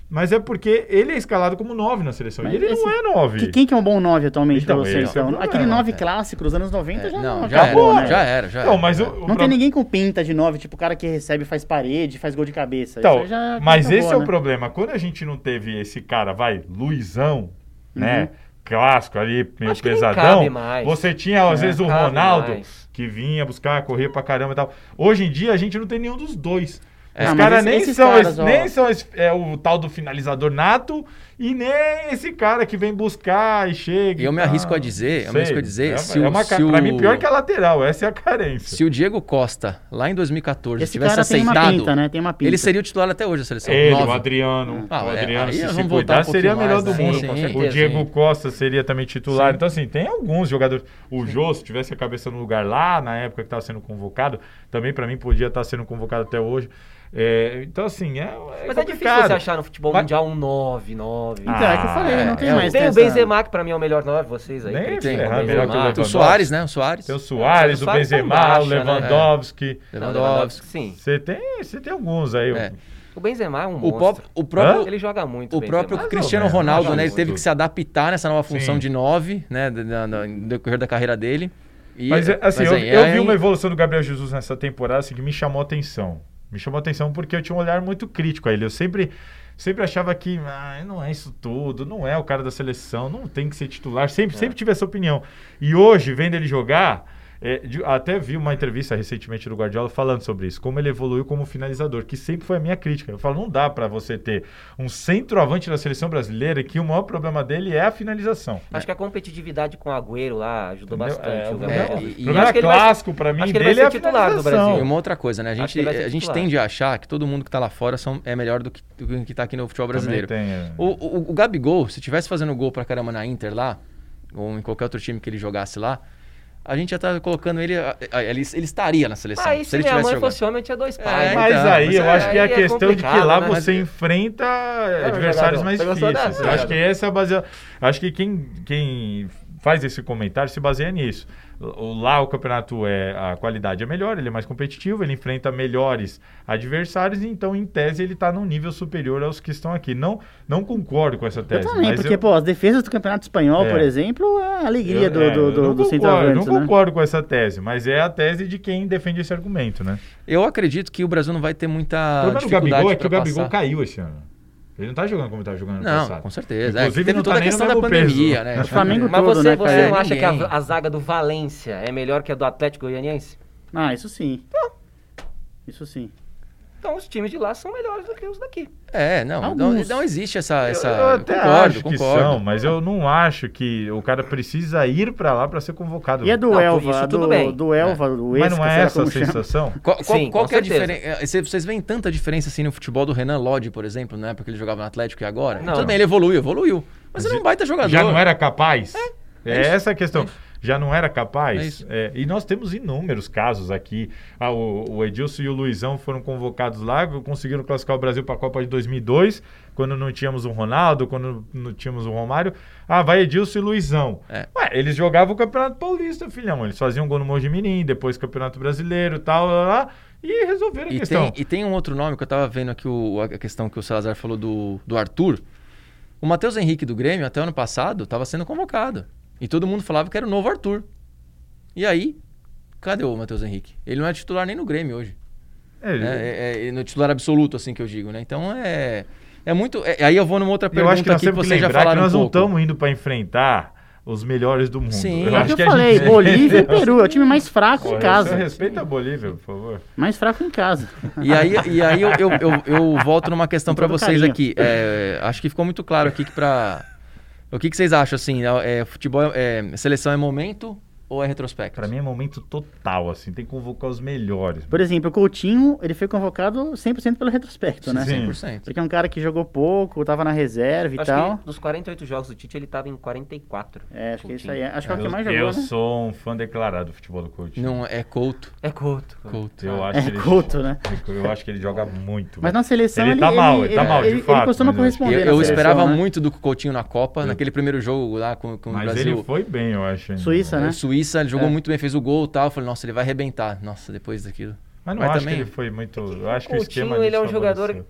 Speaker 2: mas é porque ele é escalado como 9 na seleção.
Speaker 3: Mas
Speaker 2: e ele não
Speaker 3: esse-
Speaker 2: é 9.
Speaker 3: Que- quem que é um bom 9 atualmente
Speaker 2: Então,
Speaker 3: pra vocês?
Speaker 2: esse é o
Speaker 3: então?
Speaker 2: problema,
Speaker 3: Aquele 9
Speaker 1: é.
Speaker 3: clássico dos anos 90
Speaker 2: tá
Speaker 1: É,
Speaker 3: já
Speaker 1: não, já
Speaker 3: acabou,
Speaker 1: era,
Speaker 3: né?
Speaker 1: já era, já era.
Speaker 2: Não, mas o, o
Speaker 3: Não
Speaker 2: pro-
Speaker 3: tem ninguém com pinta de 9, tipo o cara que recebe, faz parede, faz gol de cabeça. Isso
Speaker 2: Então,
Speaker 3: aí já
Speaker 2: mas
Speaker 3: acabou,
Speaker 2: esse é o
Speaker 3: né?
Speaker 2: problema. Quando a gente não teve esse cara, vai, Luizão,
Speaker 3: Uhum.
Speaker 2: né? Clássico ali, meio
Speaker 4: Acho que nem
Speaker 2: pesadão.
Speaker 4: cabe mais.
Speaker 2: Você tinha, às
Speaker 3: É,
Speaker 2: vezes, o
Speaker 4: cabe
Speaker 2: Ronaldo,
Speaker 4: mais.
Speaker 2: que vinha buscar, corria pra caramba e tal. Hoje em dia, a gente não tem nenhum dos dois.
Speaker 3: É,
Speaker 2: Os
Speaker 3: mas
Speaker 2: caras
Speaker 3: esse-
Speaker 2: nem,
Speaker 3: esses
Speaker 2: são,
Speaker 3: caras,
Speaker 2: esse-
Speaker 3: ó.
Speaker 2: nem são esse- é, o tal do finalizador nato e nem esse cara que vem buscar e chega.
Speaker 1: E eu me
Speaker 2: tal.
Speaker 1: arrisco a dizer, eu me
Speaker 2: Sei,
Speaker 1: arrisco a dizer,
Speaker 2: é,
Speaker 1: se
Speaker 2: é
Speaker 1: o-
Speaker 2: uma, ca-
Speaker 1: se
Speaker 2: pra
Speaker 1: o-
Speaker 2: mim, pior que a lateral, essa é a carência.
Speaker 1: Se o Diego Costa, lá em 2014,
Speaker 3: Esse
Speaker 1: tivesse
Speaker 3: cara tem uma
Speaker 1: aceitado,
Speaker 3: pinta, né? Tem uma pinta.
Speaker 1: ele seria o titular até hoje da seleção.
Speaker 2: Ele, o
Speaker 1: nove.
Speaker 2: Adriano.
Speaker 1: Ah,
Speaker 2: o
Speaker 1: é,
Speaker 2: Adriano,
Speaker 1: aí
Speaker 2: se
Speaker 1: vamos
Speaker 2: se
Speaker 1: voltar
Speaker 2: cuidar,
Speaker 1: um pouquinho
Speaker 2: seria o
Speaker 1: mais,
Speaker 2: melhor do
Speaker 1: né?
Speaker 2: mundo.
Speaker 1: Sim,
Speaker 2: com
Speaker 1: sim.
Speaker 2: certeza. o Diego Costa seria também titular.
Speaker 1: Sim.
Speaker 2: Então, assim, tem alguns jogadores. O Jô, se tivesse a cabeça no lugar lá, na época que estava sendo convocado, também pra mim podia estar sendo convocado até hoje. É, então, assim, é. é
Speaker 4: Mas é difícil
Speaker 2: complicado.
Speaker 4: você achar no futebol
Speaker 2: Mas-
Speaker 4: mundial um 9, 9.
Speaker 3: Então, é que eu falei,
Speaker 1: Ah,
Speaker 3: não tem
Speaker 1: é,
Speaker 3: mais.
Speaker 4: tem o
Speaker 3: essa-
Speaker 4: Benzema, que pra mim é o melhor 9, vocês aí.
Speaker 2: Nem
Speaker 4: criticam
Speaker 1: Tem,
Speaker 2: É,
Speaker 4: o
Speaker 2: ferrado,
Speaker 1: tem
Speaker 2: melhor
Speaker 1: o-
Speaker 2: que o
Speaker 1: tem o
Speaker 2: Lewandowski.
Speaker 1: Soares, né? O Soares.
Speaker 2: Tem o Soares, o
Speaker 4: Soares tá
Speaker 2: Benzema,
Speaker 4: embaixo,
Speaker 2: o
Speaker 4: né?
Speaker 2: Lewandowski.
Speaker 4: Não,
Speaker 1: Lewandowski.
Speaker 4: Sim.
Speaker 2: Você tem, você tem alguns aí.
Speaker 1: É.
Speaker 4: O Benzema é um
Speaker 1: O,
Speaker 4: monstro.
Speaker 1: pró- o próprio,
Speaker 4: Ele joga muito.
Speaker 1: o
Speaker 4: Benzema.
Speaker 1: próprio
Speaker 2: Mais ou
Speaker 1: Cristiano
Speaker 2: menos,
Speaker 1: Ronaldo,
Speaker 2: mais
Speaker 1: né?
Speaker 2: ou
Speaker 1: Ele teve
Speaker 2: menos.
Speaker 1: que se adaptar nessa nova função
Speaker 2: Sim.
Speaker 1: de nove, né? na- na- No decorrer da carreira dele. E-
Speaker 2: Mas é, assim,
Speaker 1: mas um-
Speaker 2: eu,
Speaker 1: aí,
Speaker 2: eu
Speaker 1: aí-
Speaker 2: vi uma evolução do Gabriel Jesus nessa temporada assim, que me chamou atenção. Me chamou atenção porque eu tinha um olhar muito crítico a ele. Eu sempre, sempre achava que "Ah, não é isso tudo, não é o cara da seleção, não tem que ser titular.
Speaker 1: É.
Speaker 2: Sempre, sempre tive essa opinião. E hoje, vendo ele jogar, é, de- até vi uma entrevista recentemente do Guardiola falando sobre isso, como ele evoluiu como finalizador, que sempre foi a minha crítica. Eu falo, não dá pra você ter um centroavante da seleção brasileira que o maior problema dele é a finalização.
Speaker 4: Acho que a competitividade com o Agüero lá ajudou
Speaker 2: Entendeu?
Speaker 4: bastante.
Speaker 2: É,
Speaker 4: o
Speaker 2: o
Speaker 4: Gabriel
Speaker 1: problema-
Speaker 4: Jesus.
Speaker 1: e- e
Speaker 2: O problema
Speaker 4: acho que ele vai-
Speaker 2: clássico pra mim
Speaker 4: acho que ele vai
Speaker 2: dele é a
Speaker 4: ser titular do
Speaker 2: finalização.
Speaker 4: Brasil.
Speaker 1: E uma outra coisa, né? A
Speaker 4: Acho que
Speaker 1: gente,
Speaker 4: ele vai ser
Speaker 1: a gente
Speaker 4: titular.
Speaker 1: tende a achar que todo mundo que tá lá fora são, é melhor do que, do que tá aqui no futebol brasileiro.
Speaker 2: Também tem, é.
Speaker 1: O, o, o Gabigol, se tivesse fazendo gol pra caramba na Inter lá, ou em qualquer outro time que ele jogasse lá, a gente já tá colocando ele. a- a- Ele, ele estaria na seleção.
Speaker 4: Aí,
Speaker 1: se
Speaker 4: se
Speaker 1: ele
Speaker 4: minha
Speaker 1: tivesse
Speaker 4: mãe
Speaker 1: jogado.
Speaker 4: fosse homem, Ah, eu tinha dois
Speaker 1: É,
Speaker 4: pais.
Speaker 1: então,
Speaker 2: Mas aí
Speaker 1: mas
Speaker 2: eu
Speaker 1: é-
Speaker 2: acho que é a
Speaker 4: Ah, aí é
Speaker 2: questão de que lá
Speaker 4: complicado, né?
Speaker 2: você
Speaker 1: Mas-
Speaker 2: enfrenta
Speaker 4: jogador,
Speaker 2: adversários mais
Speaker 4: você gostou
Speaker 2: difíceis.
Speaker 4: dessa, né,
Speaker 2: eu acho
Speaker 4: jogador?
Speaker 2: que essa é a baseia. Acho que quem, quem faz esse comentário se baseia nisso. O- Lá o campeonato é a qualidade é melhor, ele é mais competitivo, ele enfrenta melhores adversários, então em tese ele está num nível superior aos que estão aqui. Não, não concordo com essa
Speaker 3: Eu
Speaker 2: tese.
Speaker 3: também,
Speaker 2: É, mas
Speaker 3: porque,
Speaker 2: eu-
Speaker 3: pô, as defesas do Campeonato Espanhol,
Speaker 2: É.
Speaker 3: por exemplo, é a alegria
Speaker 2: eu-
Speaker 3: do,
Speaker 2: é,
Speaker 3: do,
Speaker 2: eu
Speaker 3: do,
Speaker 2: não
Speaker 3: do
Speaker 2: concordo,
Speaker 3: centroavante,
Speaker 2: Eu não
Speaker 3: né?
Speaker 2: concordo com essa tese, mas é a tese de quem defende esse argumento, né?
Speaker 1: Eu acredito que o Brasil não vai ter muita.
Speaker 2: O problema do
Speaker 1: dificuldade
Speaker 2: Gabigol é que
Speaker 1: pra
Speaker 2: o Gabigol
Speaker 1: passar.
Speaker 2: caiu esse ano. Ele não tá jogando como tá jogando no
Speaker 1: Não,
Speaker 2: passado.
Speaker 1: com certeza. É,
Speaker 2: Inclusive,
Speaker 1: teve
Speaker 2: não tá
Speaker 1: toda a
Speaker 2: nem no
Speaker 1: questão da
Speaker 2: mesmo peso.
Speaker 1: pandemia, né?
Speaker 3: O Flamengo
Speaker 4: Mas
Speaker 3: todo,
Speaker 4: você,
Speaker 3: né,
Speaker 4: você
Speaker 3: cara?
Speaker 4: não acha que
Speaker 1: Ninguém.
Speaker 4: a, a zaga do Valência é melhor que a do Atlético Goianiense?
Speaker 3: Ah, isso sim. Isso sim.
Speaker 4: Então os times de lá são melhores do que os daqui.
Speaker 1: É, não, não,
Speaker 3: Alguns.
Speaker 1: não existe essa.
Speaker 2: Eu-
Speaker 1: essa...
Speaker 2: eu até
Speaker 1: concordo,
Speaker 2: acho que
Speaker 1: concordo.
Speaker 2: são, mas eu não acho que o cara precisa ir pra lá pra ser convocado.
Speaker 3: E a do
Speaker 4: Não,
Speaker 3: Elva,
Speaker 4: isso
Speaker 3: a
Speaker 4: tudo
Speaker 3: do,
Speaker 4: bem.
Speaker 3: do Elva, do
Speaker 2: mas
Speaker 3: Esca,
Speaker 2: não
Speaker 3: sei
Speaker 2: é
Speaker 3: lá
Speaker 2: essa a
Speaker 3: como chama.
Speaker 2: sensação?
Speaker 1: Qual, qual-
Speaker 4: Sim,
Speaker 1: qual
Speaker 4: com
Speaker 1: que é a
Speaker 4: certeza.
Speaker 1: diferença? Cê- Vocês veem tanta diferença assim no futebol do Renan Lodge, por exemplo, na época que ele jogava no Atlético e agora?
Speaker 4: Não.
Speaker 1: Tudo bem, ele evoluiu, evoluiu. Mas ele é um baita jogador.
Speaker 2: Já não era capaz? É,
Speaker 1: isso.
Speaker 2: essa a questão. Já não era
Speaker 1: É
Speaker 2: capaz?
Speaker 1: isso.
Speaker 2: É, e nós temos inúmeros casos aqui. Ah, o, o Edilson e o Luizão foram convocados lá, conseguiram classificar o Brasil para a Copa de 2002, quando não tínhamos um Ronaldo, quando não tínhamos um Romário. Ah, vai Edilson e Luizão.
Speaker 1: É.
Speaker 2: Ué, eles jogavam o Campeonato Paulista, filhão. Eles faziam um gol no Mogi Mirim, depois Campeonato Brasileiro, tal, lá, lá, e resolveram a
Speaker 1: E
Speaker 2: questão.
Speaker 1: tem, e tem um outro nome que eu tava vendo aqui, o- a questão que o Salazar falou do, do Arthur. O Matheus Henrique do Grêmio, até ano passado, tava sendo convocado. E todo mundo falava que era o novo Arthur. E aí, cadê o Matheus Henrique? Ele não é titular nem no Grêmio hoje.
Speaker 2: É,
Speaker 1: né? É, é- é no titular absoluto, assim que eu digo, né? Então é. É muito. é- aí eu vou numa outra
Speaker 2: Eu
Speaker 1: pergunta
Speaker 2: acho que nós
Speaker 1: aqui que
Speaker 2: temos que
Speaker 1: vocês já
Speaker 2: lembrar que
Speaker 1: falaram
Speaker 2: nós
Speaker 1: um
Speaker 2: não
Speaker 1: pouco.
Speaker 2: estamos indo para enfrentar os melhores do mundo.
Speaker 1: Sim.
Speaker 2: eu
Speaker 1: É
Speaker 3: É o
Speaker 2: acho
Speaker 3: que eu
Speaker 2: que a
Speaker 3: falei,
Speaker 2: gente-
Speaker 3: Bolívia e Peru, é o time mais fraco
Speaker 2: Pô,
Speaker 3: em casa.
Speaker 2: Você respeita a Bolívia, por favor.
Speaker 3: Mais fraco em casa.
Speaker 1: E aí, e aí eu, eu, eu, eu volto numa questão
Speaker 3: Com
Speaker 1: pra
Speaker 3: todo
Speaker 1: vocês
Speaker 3: carinho.
Speaker 1: aqui. É, acho que ficou muito claro aqui que pra. O que, que vocês acham assim? É, é, futebol é, é- seleção é momento ou é retrospecto?
Speaker 2: Pra mim é momento total, assim. Tem que convocar os melhores.
Speaker 3: Por exemplo, o Coutinho, ele foi convocado 100% pelo retrospecto, né?
Speaker 2: Sim.
Speaker 1: 100%.
Speaker 3: Porque é um cara que jogou pouco, tava na reserva e
Speaker 4: Acho
Speaker 3: tal.
Speaker 4: que dos 48 jogos do Tite, ele tava em 44.
Speaker 3: É, acho que é isso aí. Acho que é o
Speaker 2: eu
Speaker 3: que mais
Speaker 2: eu
Speaker 3: jogou, né?
Speaker 2: sou um fã declarado do futebol do coach.
Speaker 1: Não, é Couto.
Speaker 4: É Couto.
Speaker 1: Couto.
Speaker 2: Eu acho que
Speaker 3: É
Speaker 2: ele...
Speaker 3: culto, né?
Speaker 2: Eu acho que ele joga muito.
Speaker 3: Mas
Speaker 2: velho.
Speaker 3: na seleção
Speaker 2: Ele
Speaker 3: ele,
Speaker 2: tá mal, ele tá mal, de
Speaker 3: ele,
Speaker 2: fato,
Speaker 3: costuma
Speaker 2: mas eu acho que-
Speaker 1: Eu,
Speaker 3: corresponder. na
Speaker 1: eu
Speaker 3: seleção,
Speaker 1: esperava
Speaker 3: né?
Speaker 1: muito do Coutinho na Copa,
Speaker 2: Eu-
Speaker 1: naquele primeiro jogo lá com, com o
Speaker 2: Mas
Speaker 1: Brasil.
Speaker 2: ele foi bem, eu acho. ainda.
Speaker 3: Suíça, né?
Speaker 1: O Suíça, ele jogou
Speaker 3: É.
Speaker 1: muito bem, fez o gol e tal. Eu falei, nossa, ele vai arrebentar. Nossa, depois daquilo.
Speaker 2: Mas não
Speaker 1: Mas
Speaker 2: acho
Speaker 1: também-
Speaker 2: que ele foi muito... Eu acho que o esquema...
Speaker 4: Coutinho, ele é um
Speaker 2: desfavoreceu.
Speaker 4: jogador...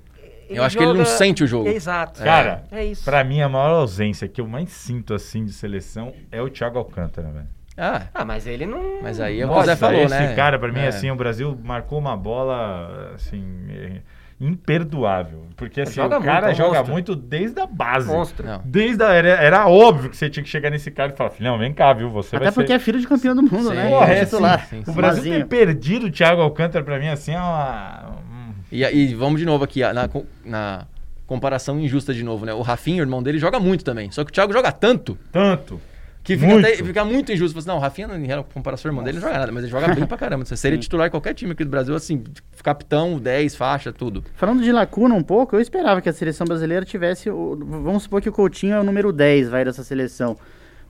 Speaker 1: Eu acho que ele não sente o jogo.
Speaker 4: Exato.
Speaker 2: Cara,
Speaker 4: é isso.
Speaker 2: Pra mim, a maior ausência que eu mais sinto, assim, de seleção é o Thiago Alcântara, velho.
Speaker 1: Ah,
Speaker 4: Ah, mas ele não...
Speaker 1: mas aí é o que o
Speaker 2: Nossa,
Speaker 1: Zé falou,
Speaker 2: esse
Speaker 1: né?
Speaker 2: cara, pra mim,
Speaker 1: É.
Speaker 2: assim, o Brasil marcou uma bola, assim, é, imperdoável. Porque, assim,
Speaker 4: Joga
Speaker 2: o cara
Speaker 4: muito, é um
Speaker 2: joga
Speaker 4: monstro.
Speaker 2: muito desde a base.
Speaker 4: Monstro.
Speaker 1: Não.
Speaker 2: Desde a, era, era óbvio que você tinha que chegar nesse cara e falar, filhão, vem cá, viu? Você
Speaker 3: Até
Speaker 2: vai
Speaker 3: porque
Speaker 2: ser...
Speaker 3: é filho de campeão do mundo,
Speaker 1: Sim.
Speaker 3: né?
Speaker 2: Porra,
Speaker 3: Ele
Speaker 2: é,
Speaker 3: é titular. assim,
Speaker 1: sim, sim, sim.
Speaker 2: O Brasil ter
Speaker 3: Mazinho.
Speaker 2: perdido o Thiago Alcântara, pra mim, assim, é uma... um-
Speaker 1: E, e vamos de novo aqui, ah, na, co- na comparação injusta de novo, né? O Rafinha, o irmão dele, joga muito também. Só que o Thiago joga tanto
Speaker 2: Tanto.
Speaker 1: que fica,
Speaker 2: Muito.
Speaker 1: até- fica muito injusto. Você, não, o Rafinha, em relação- comparação ao irmão dele, ele não joga nada, mas ele joga bem pra caramba. Você seria titular em qualquer time aqui do Brasil, assim, capitão, 10, faixa, tudo.
Speaker 3: Falando de lacuna um pouco, eu esperava que a seleção brasileira tivesse. o- Vamos supor que o Coutinho é o número 10, vai, dessa seleção.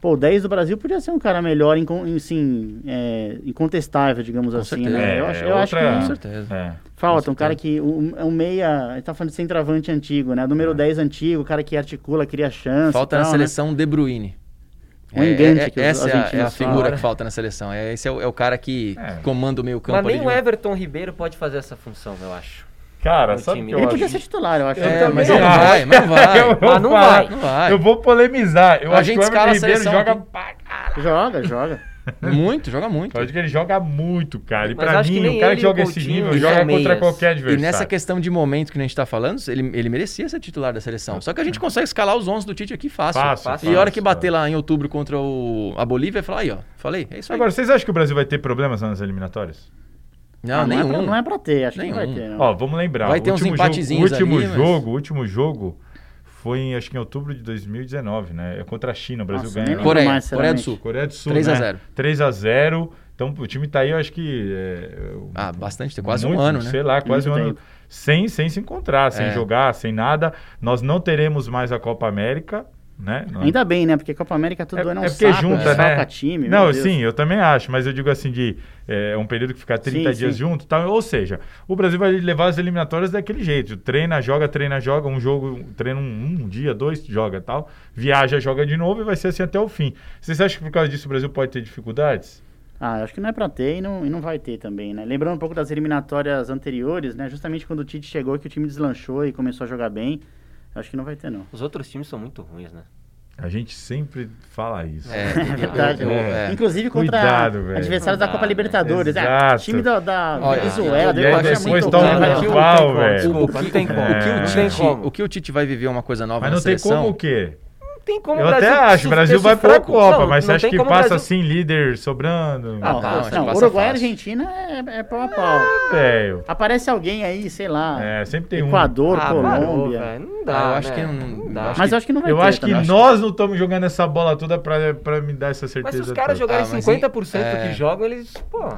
Speaker 3: Pô, o 10 do Brasil podia ser um cara melhor, incon- em- sim, é, incontestável, digamos
Speaker 1: Com
Speaker 3: assim,
Speaker 1: certeza.
Speaker 3: né?
Speaker 2: É,
Speaker 3: Eu acho,
Speaker 2: é
Speaker 3: eu acho que
Speaker 2: outra-
Speaker 3: não-
Speaker 1: Com certeza.
Speaker 2: É.
Speaker 3: falta. Um cara que. Um, é um meia. Ele tá falando de centroavante antigo, né? O número 10 antigo, o cara que articula, cria chance. e
Speaker 1: É. Falta na
Speaker 3: tal, né?
Speaker 1: seleção De Bruyne.
Speaker 3: Um engante que os
Speaker 1: essa é a- é a,
Speaker 3: argentinos
Speaker 1: figura
Speaker 3: falam, né?
Speaker 1: que falta na seleção. É, esse é o, é o cara que
Speaker 2: É.
Speaker 1: comanda o meio campo
Speaker 4: Mas
Speaker 1: ali.
Speaker 4: nem
Speaker 1: de
Speaker 4: o
Speaker 2: né?
Speaker 1: um-
Speaker 4: Everton Ribeiro pode fazer essa função, eu acho.
Speaker 2: É. Cara,
Speaker 4: No
Speaker 2: sabe o
Speaker 4: time.
Speaker 2: que eu
Speaker 3: Ele
Speaker 2: acho?
Speaker 3: podia ser titular, eu acho. né?
Speaker 2: Eu
Speaker 1: É,
Speaker 2: também
Speaker 1: mas ele não
Speaker 2: acho.
Speaker 1: vai, mas não vai.
Speaker 2: Eu vou
Speaker 4: Mas não
Speaker 2: falar.
Speaker 4: vai.
Speaker 1: Não vai.
Speaker 2: Eu vou polemizar. Eu
Speaker 1: A
Speaker 2: acho
Speaker 1: gente
Speaker 2: que o
Speaker 1: escala a
Speaker 2: Everton Ribeiro
Speaker 1: seleção
Speaker 2: joga
Speaker 1: aqui.
Speaker 2: pra caralho.
Speaker 3: Joga, joga.
Speaker 1: Muito, joga muito.
Speaker 2: Eu acho que ele joga muito, cara. E
Speaker 4: Mas
Speaker 2: pra
Speaker 4: acho que
Speaker 2: mim,
Speaker 4: nem
Speaker 2: o cara
Speaker 4: ele
Speaker 2: que
Speaker 4: e o
Speaker 2: joga esse
Speaker 4: Coutinho
Speaker 2: nível
Speaker 4: são
Speaker 2: joga contra
Speaker 4: meias.
Speaker 2: qualquer
Speaker 1: E
Speaker 2: adversário.
Speaker 1: nessa questão de momento que a gente tá falando, ele, ele merecia ser titular da seleção. Só que a gente consegue escalar os 11 do Tite aqui fácil.
Speaker 2: Fácil,
Speaker 4: fácil.
Speaker 1: E a hora que
Speaker 2: fácil.
Speaker 1: bater lá em outubro contra o, a Bolívia, falar aí, ó. Falei, é isso aí.
Speaker 2: Agora, vocês acham que o Brasil vai ter problemas nas eliminatórias?
Speaker 1: não, um.
Speaker 3: Ah, não,
Speaker 1: nenhum.
Speaker 3: é pra, não é pra ter, acho que não
Speaker 1: Nenhum.
Speaker 3: vai ter. Não.
Speaker 2: Ó, vamos lembrar.
Speaker 1: Vai
Speaker 2: o
Speaker 1: ter uns
Speaker 2: último
Speaker 1: empatezinhos
Speaker 2: jogo, o último
Speaker 1: ali, mas-
Speaker 2: jogo, o último jogo foi, em, acho que em outubro de 2019, né? É contra a China, o Brasil
Speaker 3: Nossa,
Speaker 2: ganha.
Speaker 3: nem
Speaker 2: né?
Speaker 1: Coreia,
Speaker 3: mais,
Speaker 1: Coreia do
Speaker 3: sinceramente.
Speaker 1: Sul.
Speaker 2: Coreia do Sul,
Speaker 1: 3 a
Speaker 2: né?
Speaker 1: 0.
Speaker 2: 3 a 0. Então, o time tá aí, eu acho que... é,
Speaker 1: Ah, bastante, tem quase
Speaker 2: Muito,
Speaker 1: um ano, né?
Speaker 2: Sei lá, quase
Speaker 3: Muito
Speaker 2: um ano. Sem, sem se encontrar, sem
Speaker 1: É.
Speaker 2: jogar, sem nada. Nós não teremos mais a Copa América, né?
Speaker 1: Então,
Speaker 2: Não-
Speaker 3: Ainda bem, né? Porque Copa América todo
Speaker 2: É-
Speaker 3: ano é um
Speaker 2: é porque
Speaker 3: saco,
Speaker 2: junta,
Speaker 3: desfalca
Speaker 2: né?
Speaker 3: time, meu
Speaker 2: Não,
Speaker 3: Deus.
Speaker 2: sim, eu também acho, mas eu digo assim de é, um período que ficar 30
Speaker 3: Sim,
Speaker 2: dias
Speaker 3: sim.
Speaker 2: junto, e tal. ou seja, o Brasil vai levar as eliminatórias daquele jeito, treina, joga, treina, joga, um jogo, treina um, um dia, dois, joga, tal, viaja, joga de novo e vai ser assim até o fim. Vocês acham que por causa disso o Brasil pode ter dificuldades?
Speaker 3: Ah, eu acho que não é pra ter e não, e não vai ter também, né? Lembrando um pouco das eliminatórias anteriores, né? Justamente quando o Tite chegou que o time deslanchou e começou a jogar bem. Eu acho que não vai ter, não.
Speaker 4: Os outros times são muito ruins, né?
Speaker 2: A gente sempre fala isso.
Speaker 1: É,
Speaker 3: Verdade,
Speaker 1: eu- eu-
Speaker 2: né?
Speaker 1: é.
Speaker 3: Inclusive contra
Speaker 2: Cuidado, velho.
Speaker 3: adversários da
Speaker 4: Não dá,
Speaker 3: Copa
Speaker 4: né?
Speaker 3: Libertadores. Ah,
Speaker 2: Exato.
Speaker 3: time da, da
Speaker 1: Olha,
Speaker 3: Venezuela,
Speaker 1: e
Speaker 3: eu
Speaker 1: aí
Speaker 3: acho
Speaker 1: depois
Speaker 3: muito
Speaker 1: toma
Speaker 3: ruim,
Speaker 1: um
Speaker 3: né?
Speaker 2: pau,
Speaker 3: Não tem como,
Speaker 2: velho.
Speaker 1: O,
Speaker 3: desculpa.
Speaker 1: o que,
Speaker 4: não tem como.
Speaker 1: o que
Speaker 2: É.
Speaker 1: o Tite,
Speaker 4: Não tem como.
Speaker 1: o que o Tite vai viver uma coisa nova
Speaker 2: Mas
Speaker 1: na
Speaker 2: não tem
Speaker 1: seleção.
Speaker 2: como o quê?
Speaker 4: Não tem como
Speaker 2: Eu
Speaker 4: o
Speaker 2: até
Speaker 4: Brasil
Speaker 2: acho, o
Speaker 4: su-
Speaker 2: Brasil
Speaker 4: ter
Speaker 2: vai pra
Speaker 4: sufoco.
Speaker 2: Copa,
Speaker 4: Não,
Speaker 2: mas você
Speaker 4: não
Speaker 2: acha
Speaker 4: tem
Speaker 2: que
Speaker 4: como o
Speaker 2: passa
Speaker 4: Brasil-
Speaker 2: assim, líder, sobrando?
Speaker 3: Não,
Speaker 1: Ah, tá, acho que
Speaker 3: não,
Speaker 1: passa
Speaker 3: Uruguai e
Speaker 1: fácil.
Speaker 3: Argentina é, é pau a pau.
Speaker 2: velho.
Speaker 3: Aparece alguém aí, sei lá,
Speaker 2: É, sempre tem um.
Speaker 3: Equador,
Speaker 4: Ah, parou,
Speaker 3: Colômbia.
Speaker 4: velho. Não
Speaker 1: Ah,
Speaker 4: dá,
Speaker 1: eu acho
Speaker 4: né?
Speaker 1: que não-
Speaker 4: dá.
Speaker 1: né? acho
Speaker 3: mas eu acho que não vai
Speaker 2: Eu
Speaker 3: ter.
Speaker 2: acho que
Speaker 3: também.
Speaker 2: nós não estamos jogando essa bola toda pra, pra me dar essa
Speaker 4: Mas
Speaker 2: certeza.
Speaker 4: se os caras
Speaker 2: toda.
Speaker 4: jogarem
Speaker 1: Ah, mas
Speaker 4: 50% do
Speaker 1: é.
Speaker 4: que jogam, eles, pô, não